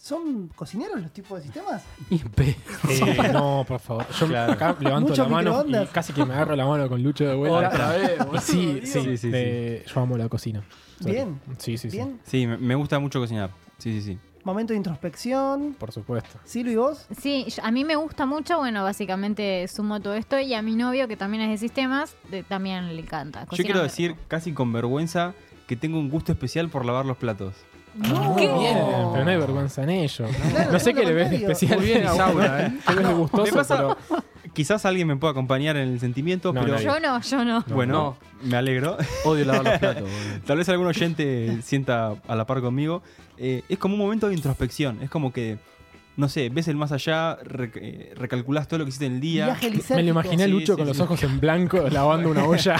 D: ¿Son cocineros los tipos de sistemas?
E: Y pe-
C: Eh, no, por favor. Yo acá levanto
D: Mucho
C: la mano y
D: microondas.
C: casi que me agarro la mano con Lucho de vuelta. [LAUGHS]
E: vez,
C: Sí,
B: Sí,
C: sí,
B: sí,
C: eh, Yo amo la cocina. Sorry.
D: Bien.
C: Sí, sí, sí.
D: Bien,
B: Sí, me- me gusta mucho cocinar. Sí, sí, sí.
D: momento de introspección.
C: Por supuesto.
D: Silvio y vos,
H: Sí, yo- a mí me gusta mucho, bueno, básicamente sumo todo esto y a mi novio, que también es de sistemas, de- también le encanta.
B: Yo
H: cocina
B: quiero
H: muy
B: decir, casi con vergüenza, que tengo un gusto especial por lavar los platos.
H: rico.
B: ah,
C: Bien, Pero no hay vergüenza en ello. No,
D: Claro,
C: No sé
D: todo
C: qué
D: lo
C: le ves de
D: contrario.
C: [LAUGHS] especial
E: Muy bien,
C: a uno,
E: Isaura,
C: ¿eh? Qué ves de gustoso,
B: pasa-
C: pero
B: Quizás alguien me pueda acompañar en el sentimiento,
C: No,
B: pero.
C: nadie.
H: Yo no, yo no.
B: Bueno, me alegro. [LAUGHS]
E: Odio lavar los platos. boludo.
B: Tal vez algún oyente sienta a la par conmigo. Eh, es como un momento de introspección. Es como que, no sé, ves el más allá, rec- eh, recalculás todo lo que hiciste en el día.
D: Viaje
C: Me lo
D: lisérgico.
C: imaginé a
B: Sí,
C: Lucho
B: sí,
C: con
B: sí.
C: los ojos en blanco
D: [LAUGHS]
C: lavando una olla.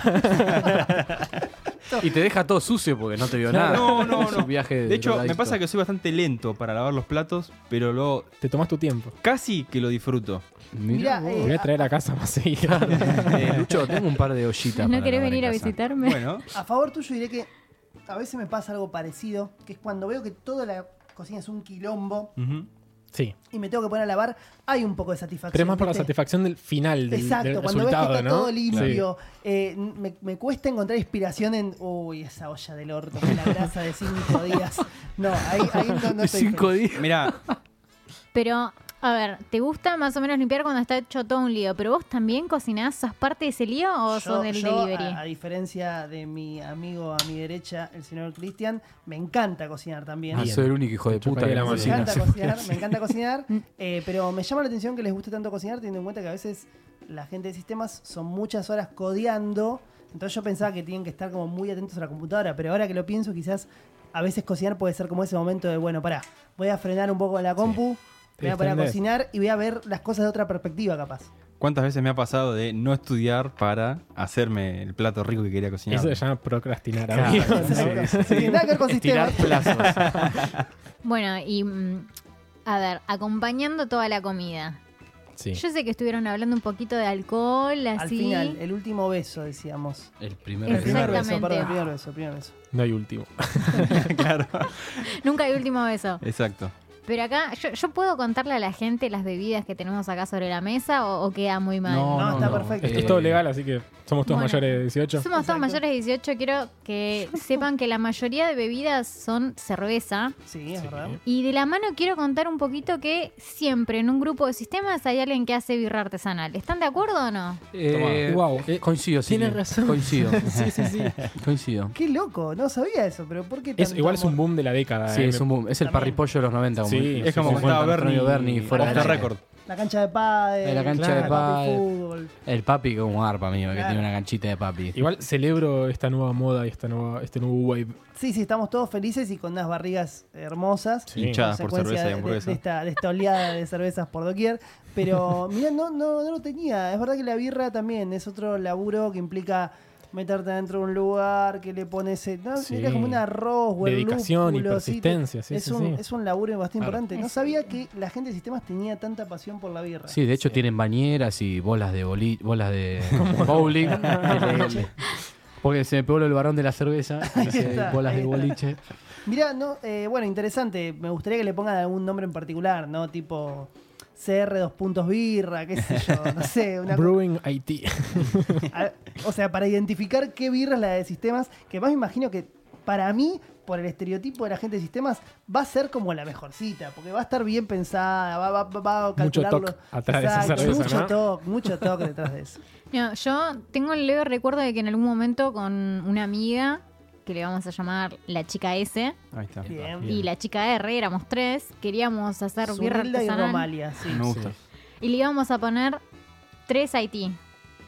E: Y te deja todo sucio porque no te vio nada.
B: No,
E: [LAUGHS]
B: no,
E: Es
B: no.
E: un viaje
B: De hecho, me pasa que soy bastante lento para lavar los platos, pero luego
C: Te tomas tu tiempo.
B: casi que lo disfruto.
D: Mirá,
C: Te voy
D: eh,
C: a traer a casa más
D: [LAUGHS]
C: seguido.
E: Eh, Lucho, tengo un par de ollitas.
H: ¿No
E: para
H: querés
E: lavar en
H: venir a
E: casa.
H: visitarme?
B: Bueno,
D: A favor tuyo diré que a veces me pasa algo parecido, que es cuando veo que toda la cocina es un quilombo
B: ujú.
C: Sí.
D: y me tengo que poner a lavar, hay un poco de satisfacción.
C: Pero es más por la
D: ¿viste?
C: satisfacción del final, del,
D: Exacto,
C: del
D: cuando ves que
C: resultado,
D: está
C: ¿no?
D: todo
C: Sí.
D: limpio, eh, me, me cuesta encontrar inspiración en, uy, esa olla del orto con la grasa de cinco días. No, ahí, ahí no, no
E: De
D: estoy
E: cinco días.
B: Mirá,
H: Pero, a ver, ¿te gusta más o menos limpiar cuando está hecho todo un lío? ¿Pero vos también cocinás? ¿Sos parte de ese lío o sos del
D: yo, ah,
H: delivery?
D: A, a diferencia de mi amigo a mi derecha, el señor Cristian, me encanta cocinar también.
E: Ah,
C: Bien.
E: soy el único hijo de
C: Lucho
E: puta
C: cae
E: que
C: la
E: la
D: Me
C: cocina,
D: encanta
C: sí.
D: cocinar,
C: [LAUGHS]
D: me encanta cocinar, eh, pero me llama la atención que les guste tanto cocinar, teniendo en cuenta que a veces la gente de sistemas son muchas horas codeando. Entonces yo pensaba que tienen que estar como muy atentos a la computadora, pero ahora que lo pienso, quizás a veces cocinar puede ser como ese momento de, bueno, pará, voy a frenar un poco la compu,
C: Te
D: voy a parar a
C: distendés.
D: cocinar y voy a ver las cosas de otra perspectiva, capaz.
B: ¿cuántas veces me ha pasado de no estudiar para hacerme el plato rico que quería cocinar?
C: Eso se llama procrastinar,
E: Claro,
C: amigo.
D: Exacto. Tiene nada que ver con sistemas.
E: Estirar plazos.
D: ah.
H: Bueno, y mm, a ver, acompañando toda la comida.
C: Sí.
H: Yo sé que estuvieron hablando un poquito de alcohol, así.
D: Al final, eh. el último beso, decíamos.
E: El primer
D: El primer beso,
H: Exactamente.
D: perdón, el primer beso, el primer beso.
C: No hay último.
E: Eh,
B: claro.
H: Nunca hay último beso.
B: Exacto.
H: Pero acá, yo, yo puedo contarle a la gente las bebidas que tenemos acá sobre la mesa o, o queda muy mal.
D: No, está perfecto.
C: Esto
E: Eh,
C: es todo legal, así que somos todos
H: bueno.
C: mayores de 18.
H: Somos
D: Exacto.
H: todos mayores de 18, quiero [LAUGHS] que sepan que la mayoría de bebidas son cerveza.
D: Sí, es verdad.
H: Y de la mano quiero contar un poquito que siempre en un grupo de sistemas hay alguien que hace birra artesanal. ¿Están de acuerdo o no?
C: Ah,
E: eh,
C: Wow.
E: eh, Coincido, sí.
C: Tienes razón.
E: Coincido.
C: Sí, sí,
E: [LAUGHS]
C: sí.
E: Coincido.
D: Qué loco, no sabía eso, pero ¿por qué
C: Es,
D: tanto
C: igual es un
D: amor?
C: boom de la década.
E: Sí,
C: eh.
E: es un boom. Es el
D: También.
E: parripollo de los 90. como-
C: Sí,
B: Es como
C: sí,
B: contaba
E: cuando
B: Bernie,
E: Antonio Berni fuera
B: off
E: de
B: the
E: la-
B: record.
D: La cancha de pádel.
E: Eh, la cancha
D: claro,
E: de
D: papi
E: pádel.
D: fútbol.
E: El papi como un arpa, amigo, que
D: Claro.
E: tiene una canchita de papi.
C: Igual celebro esta nueva moda y esta nueva, este nuevo wave.
D: Sí, sí, estamos todos felices y con unas barrigas hermosas.
C: Sí.
B: Hinchadas ah, por
D: consecuencia
B: cerveza y
D: de- de,
B: hamburguesa.
D: esta, de esta oleada de cervezas por doquier. Pero
C: [LAUGHS]
D: mirá, no, no, no lo tenía. Es verdad que la birra también es otro laburo que implica meterte dentro de un lugar, que le pones... eh, No,
C: Sí.
D: Era como un arroz o el
C: Dedicación y
D: lúpulo, sí, te-
C: persistencia, sí,
D: es,
C: sí,
D: un,
C: sí.
D: es un laburo bastante
C: Claro.
D: importante. No sabía que la gente de sistemas tenía tanta pasión por la birra.
E: Sí, de hecho tienen bañeras y bolas de boli, bolas de bowling. Porque se me pegó el varón de la cerveza, dice,
D: está,
E: bolas
D: ahí
E: de
D: está.
E: boliche.
D: Mirá, no, eh, bueno, interesante. Me gustaría que le pongan algún nombre en particular, ¿no? Tipo CR dos puntos birra, qué sé
C: [LAUGHS]
D: yo, no sé. Una,
C: Brewing IT.
D: a- o sea, para identificar qué birra es la de sistemas, que más me imagino que para mí, por el estereotipo de la gente de sistemas, va a ser como la mejorcita, porque va a estar bien pensada, va, va, va- va a
C: Mucho
D: calcularlo.
C: toc atrás de esa
D: Exacto,
C: cerveza,
D: Mucho
C: ¿no?
D: toc, mucho toc detrás de
H: [LAUGHS]
D: eso.
H: No, yo tengo el leve recuerdo de que en algún momento con una amiga, que le vamos a llamar la chica S,
B: Ahí está.
D: Bien.
H: y la chica R, éramos tres, queríamos hacer birra
D: Zurrilda y
H: artesanal.
D: Romalia, sí.
B: Me gusta.
H: Y, le íbamos a poner tres Haití.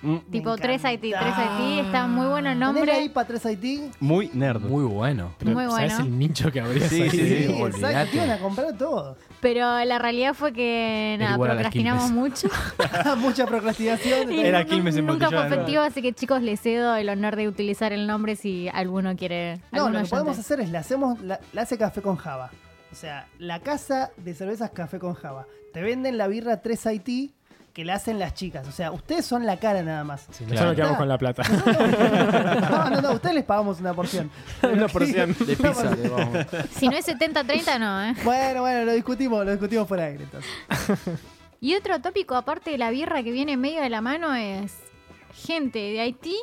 D: Me
H: Tipo tres Haití,
D: encanta.
H: tres Haití, está muy bueno el
D: ¿Tenés ahí
H: nombre.
D: para tres Haití?
B: Muy nerd.
E: Muy bueno.
C: Pero,
H: Muy
C: ¿Sabes
H: bueno.
C: el nicho que habría
B: Sí,
C: ahí?
B: sí, sí.
D: exacto,
E: olvidate.
D: te iban a comprar todos.
H: Pero la realidad fue que
E: Era
H: nada,
E: igual a las
H: procrastinamos mucho.
E: [LAUGHS]
D: [LAUGHS] Mucha procrastinación.
H: [LAUGHS] Y
B: Era
H: no-
B: Quilmes
H: Nunca fue
B: embotellada, ¿no?
H: efectivo, así que chicos, les cedo el honor de utilizar el nombre si alguno quiere.
D: No,
H: algún
D: lo que
H: oyente.
D: podemos hacer es la hacemos, la, la hace café con Java. O sea, la casa de cervezas café con Java. Te venden la birra 3 Haití que la hacen las chicas. O sea, ustedes son la cara nada más.
C: Sí, Nosotros nos quedamos con la plata. [LAUGHS]
D: No, no, no, ustedes les pagamos una porción.
C: Una porción
E: [LAUGHS]
D: [LAUGHS]
E: De pizza. le vamos.
H: Si no es 70-30, no, ¿eh?
D: Bueno, bueno, lo discutimos, lo discutimos por aire entonces.
H: Y otro tópico, aparte de la birra que viene en medio de la mano, es gente de Haití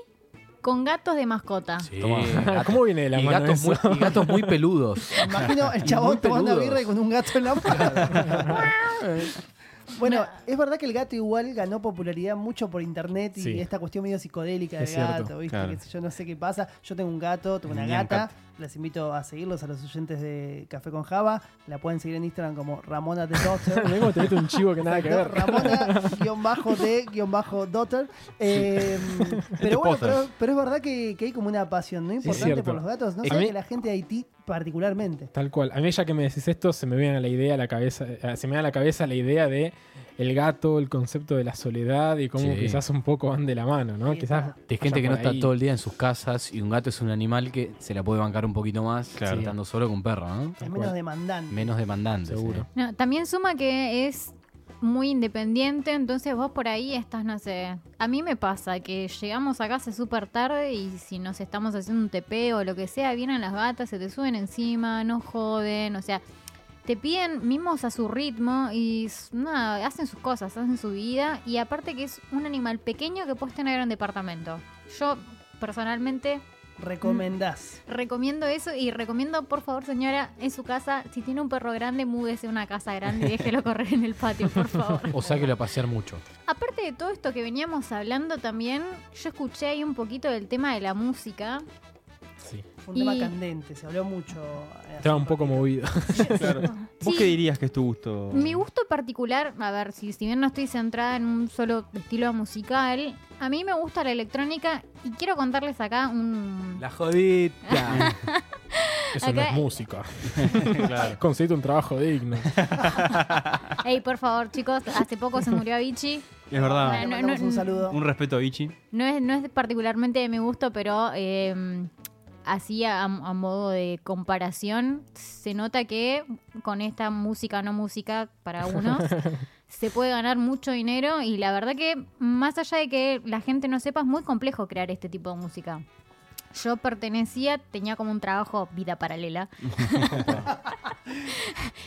H: con gatos de mascota.
E: Sí.
C: Ah, ¿Cómo viene de la
E: y,
C: mano
E: gatos
C: eso?
E: muy, y gatos muy peludos.
C: [LAUGHS]
D: Me Imagino el
E: Y
D: chabón
E: muy
D: tomando
E: peludos.
D: birra y con un gato en la mano. Bueno, es verdad que el gato igual ganó popularidad mucho por internet y
C: Sí.
D: esta cuestión medio psicodélica del
C: Es cierto,
D: gato, ¿viste?
B: claro.
D: Qué sé yo no sé qué pasa. Yo tengo un gato, tengo una
B: Nyan
D: gata.
B: Cat.
D: Les invito a seguirlos a los oyentes de Café con Java. La pueden seguir en Instagram como Ramona the Daughter.
C: [LAUGHS] Mirá cómo te mete un chivo que [LAUGHS] nada que ver.
D: Ramona guión bajo de guión bajo daughter.
C: [LAUGHS]
D: Eh, pero bueno,
B: Potter.
D: pero, pero es verdad que, que hay como una pasión no
C: Este es
D: importante
C: cierto.
D: por los gatos, no
C: A
D: sé
C: mí-
D: que la gente de Haití particularmente.
C: Tal cual. A mí ya que me decís esto, se me viene a la idea a la cabeza, eh, se me da a la cabeza la idea de el gato, el concepto de la soledad y cómo
E: Sí.
C: quizás un poco van de la mano, ¿no?
D: Sí,
C: quizás
D: está.
E: De gente
C: vaya
E: que no
C: por
E: está
C: ahí.
E: todo el día en sus casas y un gato es un animal que se la puede bancar un poquito más
B: Claro.
E: estando solo con un perro, ¿no?
D: Es
C: Tal
D: menos
C: cual.
D: demandante.
E: Menos eh. demandante.
C: Seguro.
H: No, también suma que es muy independiente, entonces vos por ahí estás, no sé. A mí me pasa que llegamos a casa súper tarde y si nos estamos haciendo un TP o lo que sea, vienen las gatas, se te suben encima, no joden, o sea. Te piden mimos a su ritmo y s- nada, hacen sus cosas, hacen su vida. Y aparte que es un animal pequeño que puedes tener en un departamento. Yo personalmente
D: Recomendás.
H: Recomiendo eso y recomiendo, por favor, señora, en su casa, si tiene un perro grande, múdese a una casa grande y
E: [LAUGHS]
H: déjelo correr en el patio, por favor.
E: sí. O sáquelo a pasear mucho.
H: Aparte de todo esto que veníamos hablando también, yo escuché ahí un poquito del tema de la música.
C: Sí.
D: Fue un tema
H: Y-
D: candente, se habló mucho. eh, hace
C: Estaba un poco
D: ratito.
C: movido.
B: ¿Vos
H: Sí.
B: qué dirías que es tu gusto? [LAUGHS]
H: Mi gusto particular, a ver, si, si bien no estoy centrada en un solo estilo musical, a mí me gusta la electrónica y quiero contarles acá un...
E: La [LAUGHS] jodita.
C: [LAUGHS] Eso no
H: Acá-
C: es música. claro. Conseguiste un trabajo digno.
H: Ey, por favor, chicos, hace poco se murió Avicii.
B: Es verdad.
D: Le
H: No, no,
D: mandamos un
H: no.
D: saludo.
B: Un respeto a Ichi.
H: No es, no es particularmente de mi gusto, pero eh, así a, a modo de comparación, se nota que con esta música no música para unos se puede ganar mucho dinero y la verdad que más allá de que la gente no sepa, es muy complejo crear este tipo de música. Yo pertenecía, tenía como un trabajo vida paralela.
D: El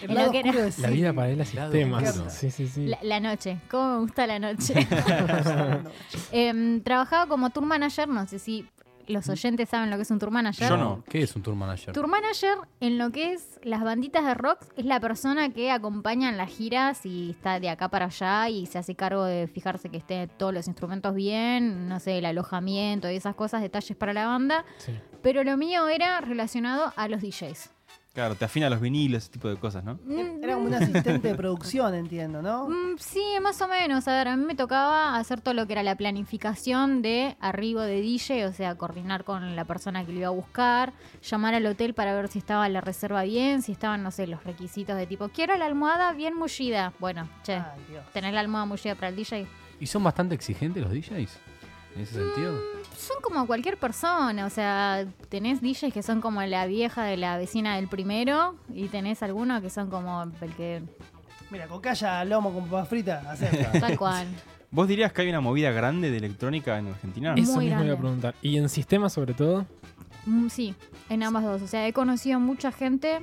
H: En
D: lado
H: lo que no-
D: oscuro de sí.
C: La vida
D: [LAUGHS]
C: para él es
E: Lado
C: sistemas.
E: oscuro.
C: Sí, sí, sí.
H: La, la noche, ¿cómo me gusta la noche?
D: Fernando.
H: Em, trabajaba como tour manager, no sé si los oyentes saben lo que es un tour manager.
B: Yo no.
E: ¿Qué es un tour manager?
H: Tour manager en lo que es las banditas de rock es la persona que acompaña en las giras y está de acá para allá y se hace cargo de fijarse que estén todos los instrumentos bien, no sé, el alojamiento y esas cosas, detalles para la banda.
C: Sí.
H: Pero lo mío era relacionado a los DJs.
B: Claro, te afina los vinilos, ese tipo de cosas, ¿no?
H: Mm,
D: Era como un asistente de producción, entiendo, ¿no?
H: Mm, Sí, más o menos. A ver, a mí me tocaba hacer todo lo que era la planificación de arribo de DJ, o sea, coordinar con la persona que lo iba a buscar, llamar al hotel para ver si estaba la reserva bien, si estaban, no sé, los requisitos de tipo, quiero la almohada bien mullida. Bueno, che,
D: Ay, Dios.
H: tener la almohada mullida para el DJ.
E: ¿Y son bastante exigentes los DJs? En ese sentido.
H: Son como cualquier persona, o sea, tenés DJs que son como la vieja de la vecina del primero y tenés algunos que son como el que...
D: Mira, cocaya, lomo con papas fritas,
C: [LAUGHS]
D: acepta.
H: Tal cual.
B: ¿Vos dirías que hay una movida grande de electrónica en Argentina?
H: Es-
C: Eso
H: Muy
C: mismo iba
H: grande.
C: a preguntar. ¿Y en sistemas sobre todo?
H: Mm, Sí, en ambas dos. O sea, he conocido mucha gente.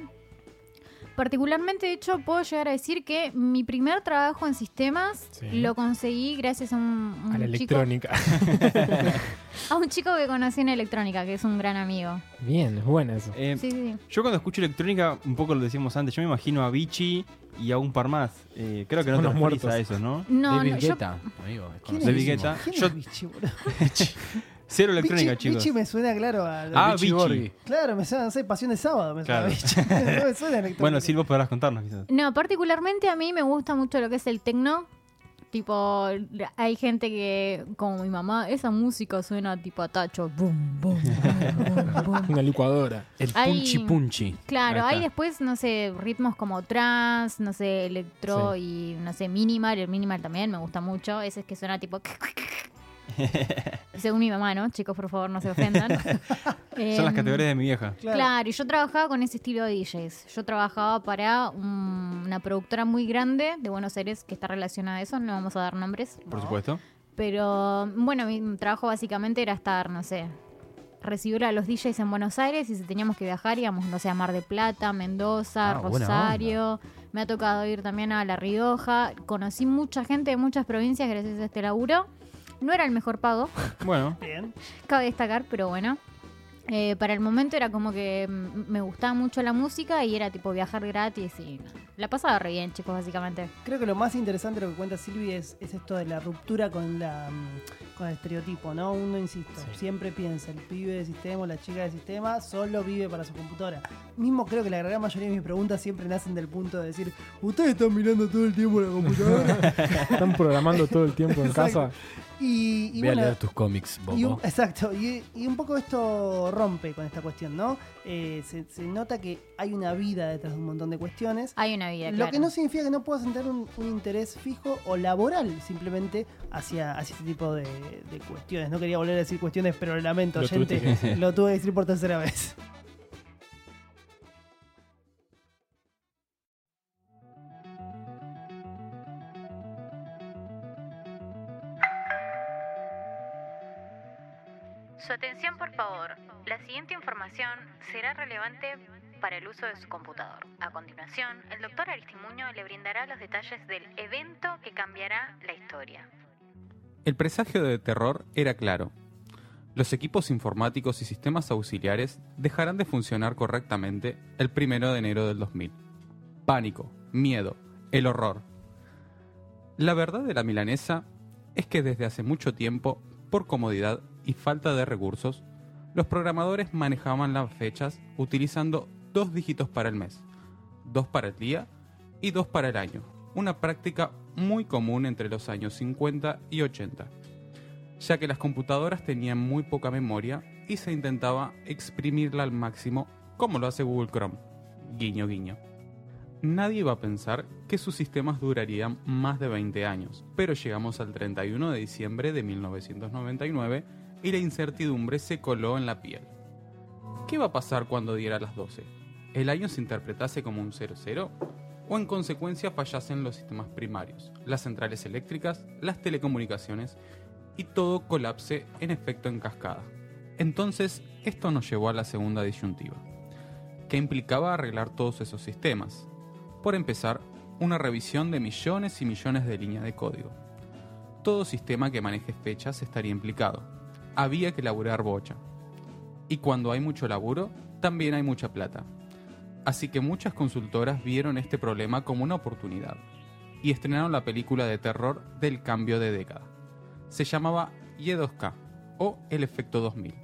H: Particularmente, de hecho, puedo llegar a decir que mi primer trabajo en sistemas
C: Sí.
H: lo conseguí gracias a un, un
C: a la
H: Mm, chico,
C: electrónica. [LAUGHS]
H: a un chico que conocí en electrónica, que es un gran amigo.
C: Bien, es buena eso.
B: Eh,
E: Em,
H: Sí, sí, sí.
B: Yo cuando escucho electrónica, un poco lo decíamos antes, yo me imagino a Vichy y a un par más. Eh, creo que no
C: Son
B: te
C: los
B: referís a
C: muertos.
B: eso, ¿no?
H: No,
E: David
H: no, yo-
E: Guetta, amigo. es
D: ¿Quién es
B: David
E: conocidísimo.
B: Guetta.
D: ¿Quién
B: Yo-
D: es Vichy, boludo?
B: Cero electrónica,
D: Vichy-
B: chicos.
D: Vichy me suena claro a.
B: Ah,
E: Vichy
B: Vichy.
E: Borghi.
D: Claro, me suena, no sé, pasión de sábado, me suena
B: Claro.
D: Vichy. [LAUGHS] No me suena electrónica.
B: Bueno, Silvio podrás contarnos quizás.
H: No, particularmente a mí me gusta mucho lo que es el tecno. Tipo, hay gente que, como mi mamá, esa música suena tipo a tacho. Boom, boom, boom, boom, boom.
C: Una licuadora.
E: El
H: Hay-
E: punchi punchi.
H: Claro,
B: Ahí
H: hay
B: está.
H: después, no sé, ritmos como trans, no sé, electro y no sé, minimal. El minimal también me gusta mucho. Ese es que suena tipo. [LAUGHS] Según mi mamá, ¿no? Chicos, por favor, no se ofendan.
B: [LAUGHS] Son las
H: Em,
B: categorías de mi vieja.
D: Claro.
H: Claro, y yo trabajaba con ese estilo de DJs. Yo trabajaba para un- una productora muy grande de Buenos Aires que está relacionada a eso. No vamos a dar nombres.
B: Por supuesto.
H: Pero bueno, mi trabajo básicamente era estar, no sé, recibir a los DJs en Buenos Aires y si teníamos que viajar íbamos, no sé, a Mar de Plata, Mendoza,
E: Ah, buena
H: Rosario. Me ha tocado ir también a La Rioja. Conocí mucha gente de muchas provincias gracias a este laburo. No era el mejor pago, [LAUGHS]
B: Bueno,
D: Bien.
H: cabe destacar, pero bueno. eh, para el momento era como que mm, me gustaba mucho la música y era tipo viajar gratis y la pasaba re bien, chicos, básicamente.
D: Creo que lo más interesante de lo que cuenta Silvi es, es esto de la ruptura con la mm, con el estereotipo, ¿no? Uno, insisto, siempre piensa, el pibe de sistema o la chica de sistema solo vive para su computadora. Mismo creo que la gran mayoría de mis preguntas siempre nacen del punto de decir, ustedes están mirando todo el tiempo la
E: [LAUGHS]
D: computadora.
C: Están programando todo el tiempo en
D: Exacto.
C: casa.
D: y, y
E: Ve
D: bueno,
E: a leer tus cómics, Bobo.
D: y un- exacto, y, y un poco esto rompe con esta cuestión, ¿no? Eh, se, se nota que hay una vida detrás de un montón de cuestiones.
H: Hay una vida,
D: Lo
H: claro.
D: que no significa que no puedas tener un, un interés fijo o laboral simplemente hacia, hacia este tipo de, de cuestiones. No quería volver a decir cuestiones, pero lo lamento,
C: Lo
D: gente.
C: tuviste que
D: Lo tuve que decir por tercera vez.
I: Su atención, por favor. La siguiente información será relevante para el uso de su computador. A continuación, el doctor Aristimuño le brindará los detalles del evento que cambiará la historia.
J: El presagio de terror era claro. Los equipos informáticos y sistemas auxiliares dejarán de funcionar correctamente el 1 de enero del 2000. Pánico, miedo, el horror. La verdad de la milanesa es que desde hace mucho tiempo, por comodidad y falta de recursos, los programadores manejaban las fechas utilizando dos dígitos para el mes, dos para el día y dos para el año, una práctica muy común entre los años 50 y 80, ya que las computadoras tenían muy poca memoria y se intentaba exprimirla al máximo como lo hace Google Chrome. Guiño, guiño. Nadie iba a pensar que sus sistemas durarían más de 20 años, pero llegamos al 31 de diciembre de 1999 y la incertidumbre se coló en la piel. ¿Qué va a pasar cuando diera las 12? ¿El año se interpretase como un 00? ¿O en consecuencia fallasen los sistemas primarios, las centrales eléctricas, las telecomunicaciones y todo colapse en efecto en cascada? Entonces, esto nos llevó a la segunda disyuntiva, que implicaba arreglar todos esos sistemas. Por empezar, una revisión de millones y millones de líneas de código. Todo sistema que maneje fechas estaría implicado. Había que laburar bocha. Y cuando hay mucho laburo, también hay mucha plata. Así que muchas consultoras vieron este problema como una oportunidad y estrenaron la película de terror del cambio de década. Se llamaba Y2K o El Efecto 2000.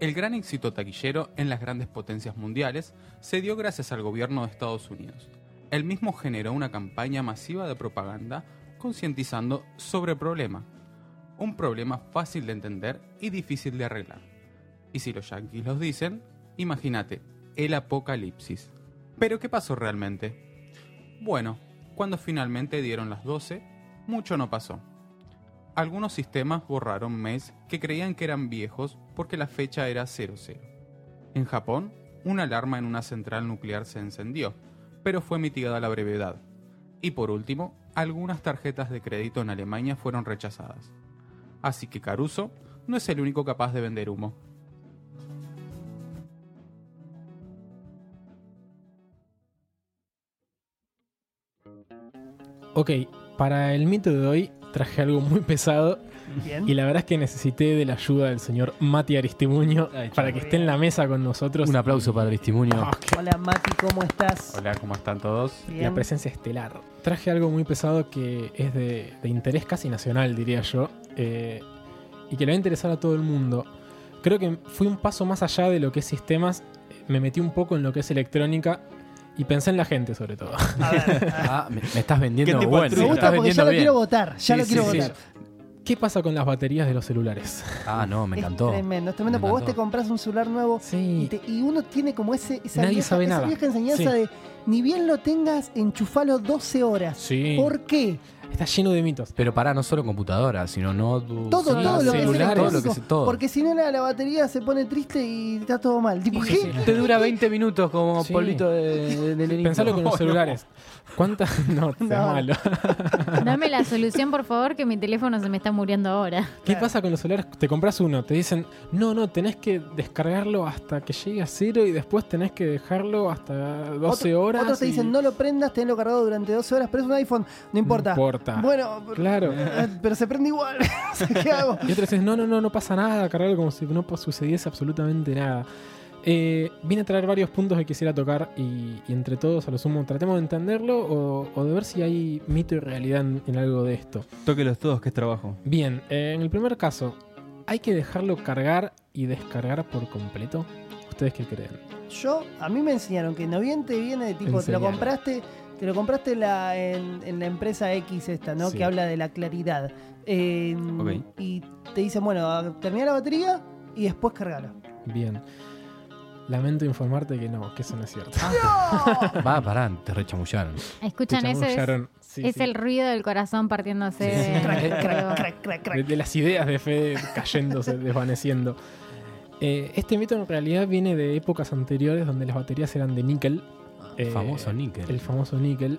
J: El gran éxito taquillero en las grandes potencias mundiales se dio gracias al gobierno de Estados Unidos. El mismo generó una campaña masiva de propaganda concientizando sobre el problema. Un problema fácil de entender y difícil de arreglar. Y si los yanquis los dicen, imagínate, el apocalipsis. Pero ¿qué pasó realmente? Bueno, cuando finalmente dieron las 12, mucho no pasó. Algunos sistemas borraron mes que creían que eran viejos porque la fecha era 00. En Japón, una alarma en una central nuclear se encendió, pero fue mitigada a la brevedad. Y por último, algunas tarjetas de crédito en Alemania fueron rechazadas. Así que Caruso no es el único capaz de vender humo.
C: Ok, para el mito de hoy traje algo muy pesado
D: Bien.
C: y la verdad es que necesité de la ayuda del señor Mati Aristimuño
E: Ahí está.
C: para que esté en la mesa con nosotros. Ah,
E: Un aplauso para
D: Ah.
E: Aristimuño.
D: Hola Mati, ¿cómo estás?
J: Hola, ¿cómo están todos?
C: La presencia estelar. Traje algo muy pesado que es de, de interés casi nacional, diría yo, eh, y que le va a interesar a todo el mundo. Creo que fui un paso más allá de lo que es sistemas, me metí un poco en lo que es electrónica y pensé en la gente sobre todo. [LAUGHS]
D: A ver,
E: Ah, me, me estás vendiendo
B: ¿Qué te
E: bueno.
B: Sí,
D: me
E: me
D: gusta porque
E: estás
D: ya
E: vendiendo
D: lo
E: bien.
D: quiero votar, ya
E: Sí,
D: lo quiero
E: sí, sí.
D: votar.
C: ¿Qué pasa con las baterías de los celulares?
E: Ah, no, me encantó.
D: Es tremendo, es tremendo,
E: Me
D: porque vos te
E: encantó.
D: compras un celular nuevo y,
C: Sí.
D: te- y uno tiene como ese, esa,
C: Nadie
D: vieja,
C: sabe
D: esa
C: nada.
D: vieja enseñanza
C: Sí.
D: de ni bien lo tengas, enchufalo 12 horas.
C: Sí.
D: ¿Por qué?
C: Está lleno de mitos.
E: Pero pará, no solo computadoras, sino no
D: Todo,
C: Sí,
D: todo lo que es
C: celulares,
E: todo lo que
D: electrónico,
E: es todo.
D: Porque si no, la, la batería se pone triste y está todo mal. Tipo,
C: Sí,
D: ¿qué?
C: sí, sí.
E: Te dura 20 minutos como
C: Sí.
E: polvito de, de nenito.
C: Pensalo
D: [LAUGHS]
C: con los celulares. ¿Cuántas? No, seas
D: No.
C: malo.
H: Dame la solución, por favor, que mi teléfono se me está muriendo ahora.
C: ¿Qué
D: Claro.
C: pasa con los celulares? Te compras uno, te dicen, no, no, tenés que descargarlo hasta que llegue a cero y después tenés que dejarlo hasta 12
D: Otro-
C: horas.
D: Otros te
C: y-
D: dicen, no lo prendas, tenlo cargado durante 12 horas, pero es un iPhone, no importa.
C: No importa. puerta.
D: Bueno, pero- [LAUGHS]
C: Claro.
D: eh, pero se prende igual. [LAUGHS] O sea, ¿Qué hago?
C: Y otras veces, no, no, no, no pasa nada, cargarlo como si no sucediese absolutamente nada. Eh, vine a traer varios puntos que quisiera tocar y, y entre todos, a lo sumo, tratemos de entenderlo o, o de ver si hay mito y realidad en- en algo de esto.
B: Tóquelos todos, que es trabajo.
C: Bien, eh, en el primer caso, ¿hay que dejarlo cargar y descargar por completo? ¿Ustedes qué creen?
D: Yo, a mí me enseñaron que noviente viene de tipo, te lo
C: Enseñaron.
D: compraste, te lo compraste en la, en, en la empresa X esta, ¿no?
C: Sí.
D: Que habla de la claridad. Eh,
B: Ok.
D: Y te dicen, bueno, termina la batería y después cargala.
C: Bien. Lamento informarte que no, que eso no es cierto. Ah.
D: [LAUGHS]
E: [LAUGHS] Va, pará, te rechamullaron.
H: Escuchan
C: Te
H: ese es,
C: chamullaron. Sí,
H: es
C: sí.
H: el ruido del corazón partiéndose. de-
D: [LAUGHS] Crack, crack, crack, crack,
C: [LAUGHS] de,
D: crack.
C: de las ideas de Fede
H: [LAUGHS]
C: cayéndose, desvaneciendo. Eh, este mito en realidad viene de épocas anteriores donde las baterías eran de níquel. eh,
E: Famoso níquel.
C: El famoso níquel.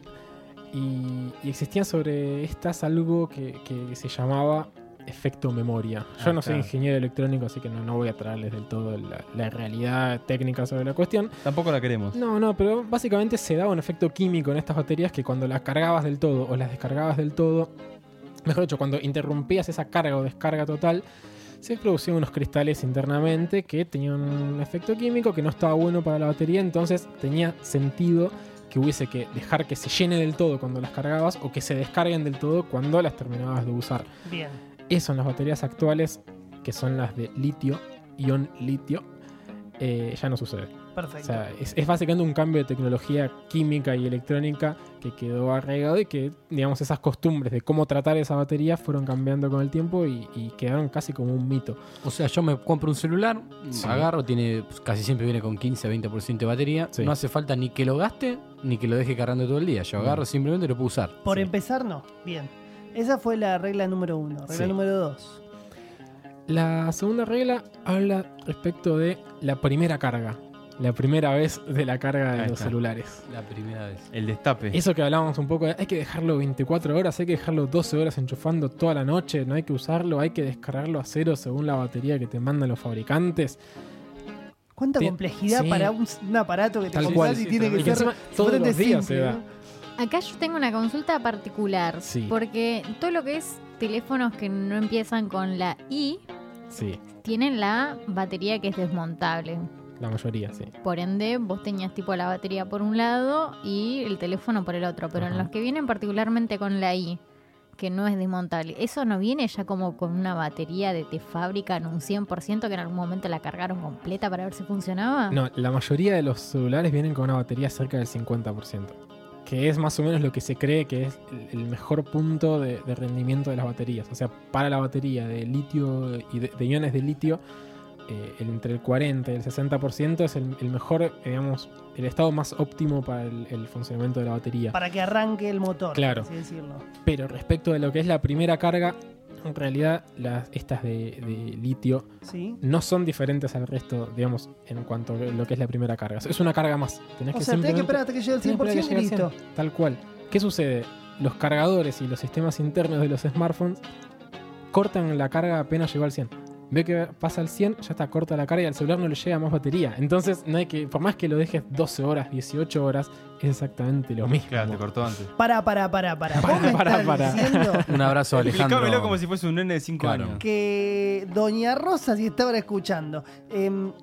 C: Y, y existía sobre estas algo que, que se llamaba efecto memoria. Yo
E: Ah,
C: no soy
E: claro.
C: ingeniero electrónico, así que no, no voy a traerles del todo la- la realidad técnica sobre la cuestión.
B: Tampoco la queremos.
C: No, no, pero básicamente se daba un efecto químico en estas baterías que cuando las cargabas del todo o las descargabas del todo, mejor dicho, cuando interrumpías esa carga o descarga total, se producían unos cristales internamente que tenían un efecto químico que no estaba bueno para la batería, entonces tenía sentido que hubiese que dejar que se llene del todo cuando las cargabas o que se descarguen del todo cuando las terminabas de usar.
D: Bien.
C: Eso en las baterías actuales, que son las de litio, ion litio, eh, ya no sucede. O
D: Perfecto.
C: sea, es, es básicamente un cambio de tecnología química y electrónica que quedó arraigado y que, digamos, esas costumbres de cómo tratar esa batería fueron cambiando con el tiempo y, y quedaron casi como un mito.
E: O sea, yo me compro un celular,
C: Sí.
E: agarro, tiene pues, casi siempre viene con 15-20% de batería.
C: Sí.
E: No hace falta ni que lo gaste ni que lo deje cargando todo el día. Yo
C: Mm.
E: agarro, simplemente lo puedo usar.
D: Por empezar, no. Bien. Esa fue la regla número uno. Regla
C: Sí.
D: número dos.
C: La segunda regla habla respecto de la primera carga, la primera vez de la carga de
B: Ahí
C: los
B: está.
C: celulares.
E: La primera vez.
B: El destape.
C: Eso que hablábamos un poco de hay que dejarlo 24 horas, hay que dejarlo 12 horas enchufando toda la noche, no hay que usarlo, hay que descargarlo a cero según la batería que te mandan los fabricantes.
D: ¿Cuánta
C: Ti-
D: complejidad
C: sí.
D: para un, un aparato que te
C: Tal
D: compras
C: cual.
D: y tiene que
C: Y que
D: ser
C: encima todos
D: fuerte
C: los días
D: simple,
C: se da.
D: ¿no?
H: Acá yo tengo una consulta particular.
C: Sí.
H: Porque todo lo que es teléfonos que no empiezan con la I
C: Sí,
H: tienen la batería que es desmontable.
C: la mayoría, sí.
H: Por ende, vos tenías tipo la batería por un lado y el teléfono por el otro. Pero en
C: Ajá.
H: los que vienen particularmente con la I, que no es desmontable, ¿eso no viene ya como con una batería de, de fábrica en un 100% que en algún momento la cargaron completa para ver si funcionaba?
C: No, la mayoría de los celulares vienen con una batería cerca del 50%, que es más o menos lo que se cree que es el- el mejor punto de, de rendimiento de las baterías. O sea, para la batería de litio y de, de iones de litio, eh, el- entre el 40 y el 60% es el, el mejor, eh, digamos, el estado más óptimo para el, el funcionamiento de la batería.
D: Para que arranque el motor,
C: Claro.
D: por así decirlo.
C: Pero respecto de lo que es la primera carga, en realidad las, estas de- de litio
D: ¿Sí?
C: no son diferentes al resto, digamos, en cuanto a lo que es la primera carga. Es una carga más. Tenés
D: O
C: que
D: sea, tenés que
C: simplemente-
D: esperar hasta que llegue al 100%
C: tenés que esperar
D: y
C: que llegue
D: listo.
C: al 100, Tal cual. ¿Qué sucede? Los cargadores y los sistemas internos de los smartphones cortan la carga apenas llegó al 100. Ve que pasa al 100, ya está corta la carga y al celular no le llega más batería. Entonces, no hay que, por más que lo dejes 12 horas, 18 horas, es exactamente lo mismo.
B: Claro, te cortó antes.
D: Pará, pará, pará, pará.
C: Pará,
D: Vos me
C: pará,
D: estás
C: pará.
D: diciendo
E: Un abrazo, Alejandro.
B: Explicámelo como si fuese un nene de 5
E: Claro.
B: años.
D: que Doña Rosa, si está ahora escuchando, em,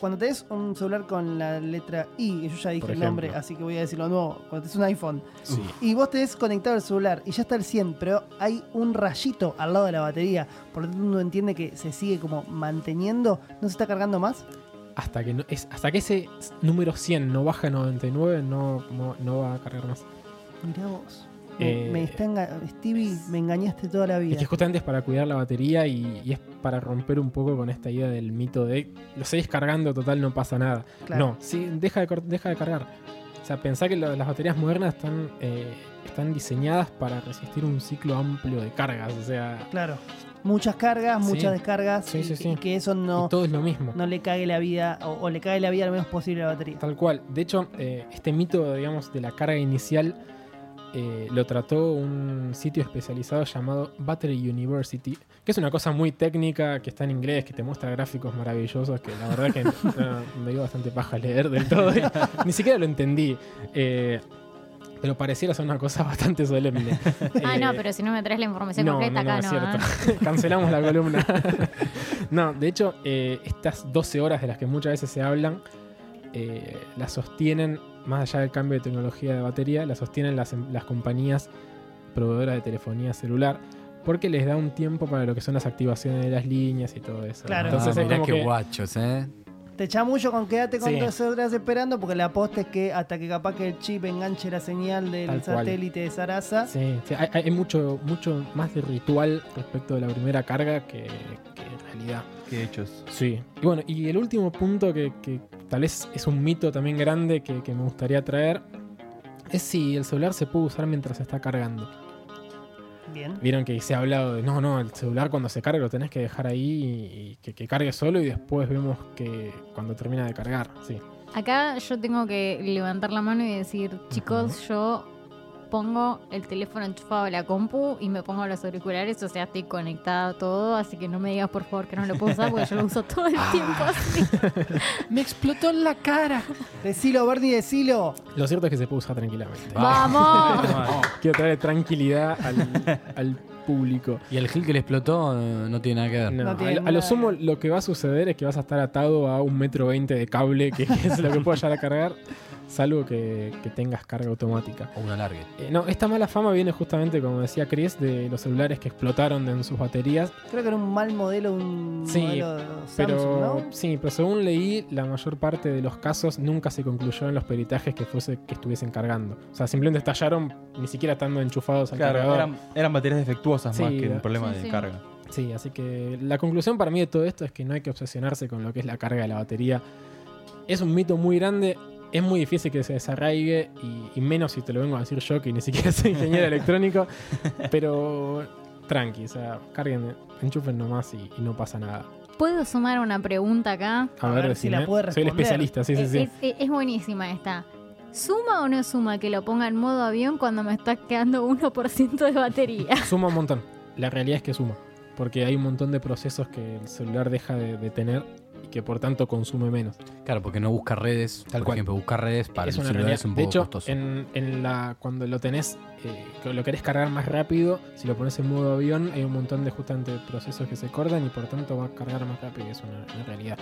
D: cuando tenés un celular con la letra I, y yo ya dije
C: Por
D: el nombre,
C: ejemplo.
D: así que voy a decirlo de nuevo, cuando tenés un iPhone,
C: Sí.
D: y vos tenés conectado el celular y ya está el 100, pero hay un rayito al lado de la batería, por lo tanto uno entiende que se sigue como manteniendo, no se está cargando más.
C: Hasta que, no, es, hasta que ese número 100 no baja a 99, no, no, no va a cargar más.
D: Mirá vos. Me,
C: Eh,
D: me está enga- Stevie, me engañaste toda la
C: Es
D: vida.
C: que justamente es para cuidar la batería y, y es para romper un poco con esta idea del mito de lo seguís cargando, total, no pasa nada.
D: Claro.
C: No, sí, deja de, cor- deja de cargar. O sea, pensá que lo- las baterías modernas están, eh, están diseñadas para resistir un ciclo amplio de cargas. O sea,
D: Claro. Muchas cargas,
C: Sí.
D: muchas descargas.
C: Sí,
D: y,
C: sí, sí.
D: y que eso
C: y
D: no,
C: todo es lo mismo.
D: no le cague la vida o, o le cague la vida lo menos posible a la batería.
C: Tal cual. De hecho, eh, este mito, digamos, de la carga inicial eh, lo trató un sitio especializado llamado Battery University, que es una cosa muy técnica que está en inglés, que te muestra gráficos maravillosos, que la verdad que [LAUGHS] no, me dio bastante paja leer del todo. y ni siquiera lo entendí. Eh, Pero pareciera ser una cosa bastante solemne.
H: Ah,
C: Eh,
H: no, pero si no me traes la información
C: no,
H: completa
C: no, no,
H: acá,
C: es
H: no. ¿eh?
C: cierto. [LAUGHS] Cancelamos la columna. [LAUGHS] no, de hecho, eh, estas 12 horas de las que muchas veces se hablan, eh, las sostienen, más allá del cambio de tecnología de batería, las sostienen las, em- las compañías proveedoras de telefonía celular, porque les da un tiempo para lo que son las activaciones de las líneas y todo eso.
D: Claro.
C: Entonces
D: Ah,
C: es
E: mirá
C: como
E: qué
C: que-
E: guachos, ¿eh?
D: Te chamullo con quédate con
C: Sí.
D: 12 horas esperando porque la aposta es que hasta que capaz que el chip enganche la señal del
C: Tal cual.
D: satélite de Sarasa.
C: Sí, sí, hay, hay mucho, mucho más de ritual respecto de la primera carga que, que en realidad.
B: Qué hechos.
C: Sí. Y bueno, y el último punto que, que tal vez es un mito también grande que, que me gustaría traer es si el celular se puede usar mientras se está cargando.
D: Bien.
C: Vieron que se ha hablado de no, no, el celular cuando se carga lo tenés que dejar ahí y, y que, que cargue solo y después vemos que cuando termina de cargar. Sí.
H: Acá yo tengo que levantar la mano y decir, chicos, yo pongo el teléfono enchufado a la compu y me pongo los auriculares, o sea, estoy conectada a todo, así que no me digas por favor que no lo puedo usar porque yo lo uso todo el
C: Ah.
H: tiempo. así.
C: [LAUGHS]
D: Me explotó en la cara. Decilo, Bernie, decilo.
C: Lo cierto es que se puede usar tranquilamente.
H: ¡Vamos!
C: Quiero traer tranquilidad al, al público.
E: Y el Gil que le explotó eh, no tiene nada que ver.
C: No,
D: No
C: a,
D: tiene
C: lo- a lo
D: nada.
C: sumo lo que va a suceder es que vas a estar atado a un metro veinte de cable, que [LAUGHS] es lo que puedo llegar a cargar, salvo que, que tengas carga automática.
E: O una larga.
C: Eh, no, esta mala fama viene justamente, como decía Chris, de los celulares que explotaron en sus baterías.
D: Creo que era un mal modelo, un
C: Sí,
D: modelo Samsung,
C: Pero
D: ¿no?
C: sí, pero según leí, la mayor parte de los casos nunca se concluyeron los peritajes que fuese que estuviesen cargando. O sea, simplemente estallaron ni siquiera estando enchufados al
B: Claro,
C: cargador.
B: eran, eran baterías defectuosas más
C: Sí,
B: que un problema
H: sí,
B: de
H: sí.
B: carga.
C: Sí, así que la conclusión para mí de todo esto es que no hay que obsesionarse con lo que es la carga de la batería. Es un mito muy grande, es muy difícil que se desarraigue y, y menos si te lo vengo a decir yo que ni siquiera [LAUGHS] soy
D: [LAUGHS]
C: ingeniero electrónico, pero tranqui, o sea, carguen, enchufen nomás y, y no pasa nada.
H: ¿Puedo sumar una pregunta acá?
C: A,
D: A
C: ver,
D: ver si
C: decime.
D: la puede
C: Soy el
D: responder.
C: especialista, sí, sí,
H: es,
C: sí.
H: es- es buenísima esta. ¿Suma o no suma que lo ponga en modo avión cuando me está quedando 1% de batería?
C: [LAUGHS] Suma un montón. La realidad es que suma. Porque hay un montón de procesos que el celular deja de, de tener y que por tanto consume menos.
E: Claro, porque no busca redes.
C: Tal
E: por
C: cual.
E: ejemplo, buscar redes para
C: es
E: el
C: una
E: celular
C: realidad.
E: es un
C: de
E: poco
C: hecho,
E: costoso.
C: En, en la, cuando lo tenés, eh, que lo querés cargar más rápido, si lo pones en modo avión, hay un montón de justamente procesos que se cortan y por tanto va a cargar más rápido. Es una, una realidad.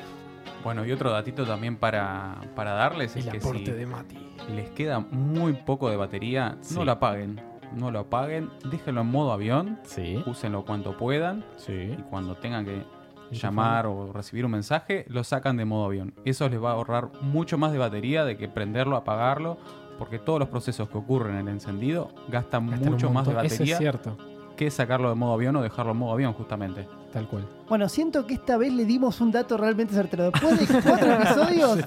J: Bueno, y otro datito también para, para darles es
C: el
J: que
C: aporte
J: si
C: de Mati.
J: les queda muy poco de batería,
C: Sí.
J: no lo apaguen. No lo apaguen, déjenlo en modo avión,
C: Sí,
J: úsenlo cuanto puedan
C: sí.
J: y cuando tengan que llamar o recibir un mensaje, lo sacan de modo avión. Eso les va a ahorrar mucho más de batería de que prenderlo, apagarlo, porque todos los procesos que ocurren en el encendido gastan, mucho más de
C: Eso es
J: batería
C: cierto,
J: que sacarlo de modo avión o dejarlo en modo avión justamente.
C: tal cual.
D: Bueno, siento que esta vez le dimos un dato realmente certero. Después de
C: [LAUGHS]
D: cuatro episodios,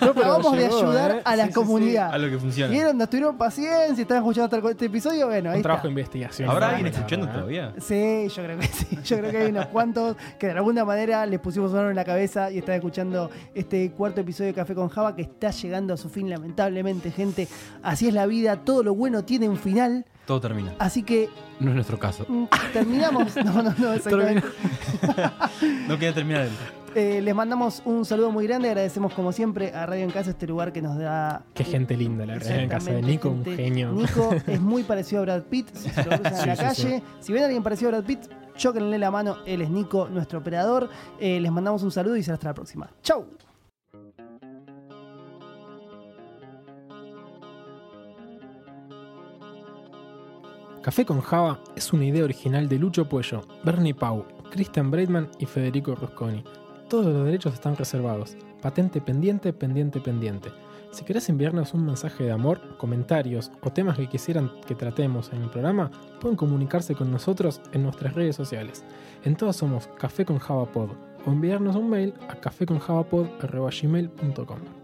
D: acabamos de
C: llegó,
D: ayudar
C: ¿eh?
D: a la
C: Sí, sí, sí.
H: Ah.
D: comunidad.
B: Algo que funciona.
D: ¿Vieron? Nos tuvieron paciencia, estaban escuchando hasta el- este episodio. Bueno, ahí
C: Un trabajo de
D: está.
C: investigación.
B: ¿Habrá
C: ¿no?
B: alguien
C: La
B: escuchando
C: verdad, ¿eh?
B: todavía?
D: Sí, yo creo que [LAUGHS] sí. Yo creo que hay unos cuantos que de alguna manera les pusimos mano en la cabeza y están escuchando este cuarto episodio de Café con Java que está llegando a su fin, lamentablemente, gente. Así es la vida, todo lo bueno tiene un final.
B: Todo termina.
D: Así que
E: No es nuestro caso.
D: mm,
B: [LAUGHS]
D: terminamos. No, no, no, exactamente.
B: No queda terminar él.
D: Eh, les mandamos un saludo muy grande. Agradecemos, como siempre, a Radio en Casa, este lugar que nos da.
C: Qué gente linda, la verdad. En casa de
D: Exactamente,
C: Nico, un
D: gente.
C: genio.
D: Nico [LAUGHS] es muy parecido a Brad Pitt. Si se lo cruzan en
C: [LAUGHS] Sí,
D: la
C: sí,
D: calle, si ven a alguien parecido a Brad Pitt, chóquenle la mano. Él es Nico, nuestro operador. Eh, les mandamos un saludo y será hasta la próxima. ¡Chau!
C: Café con Java es una idea original de Lucho Puello, Bernie Pau, Christian Braidman y Federico Rusconi. Todos los derechos están reservados. Patente pendiente, pendiente, pendiente. Si querés enviarnos un mensaje de amor, comentarios o temas que quisieran que tratemos en el programa, pueden comunicarse con nosotros en nuestras redes sociales. En todas somos Café con Java Pod o enviarnos un mail a caféconjavapod.gmail.com.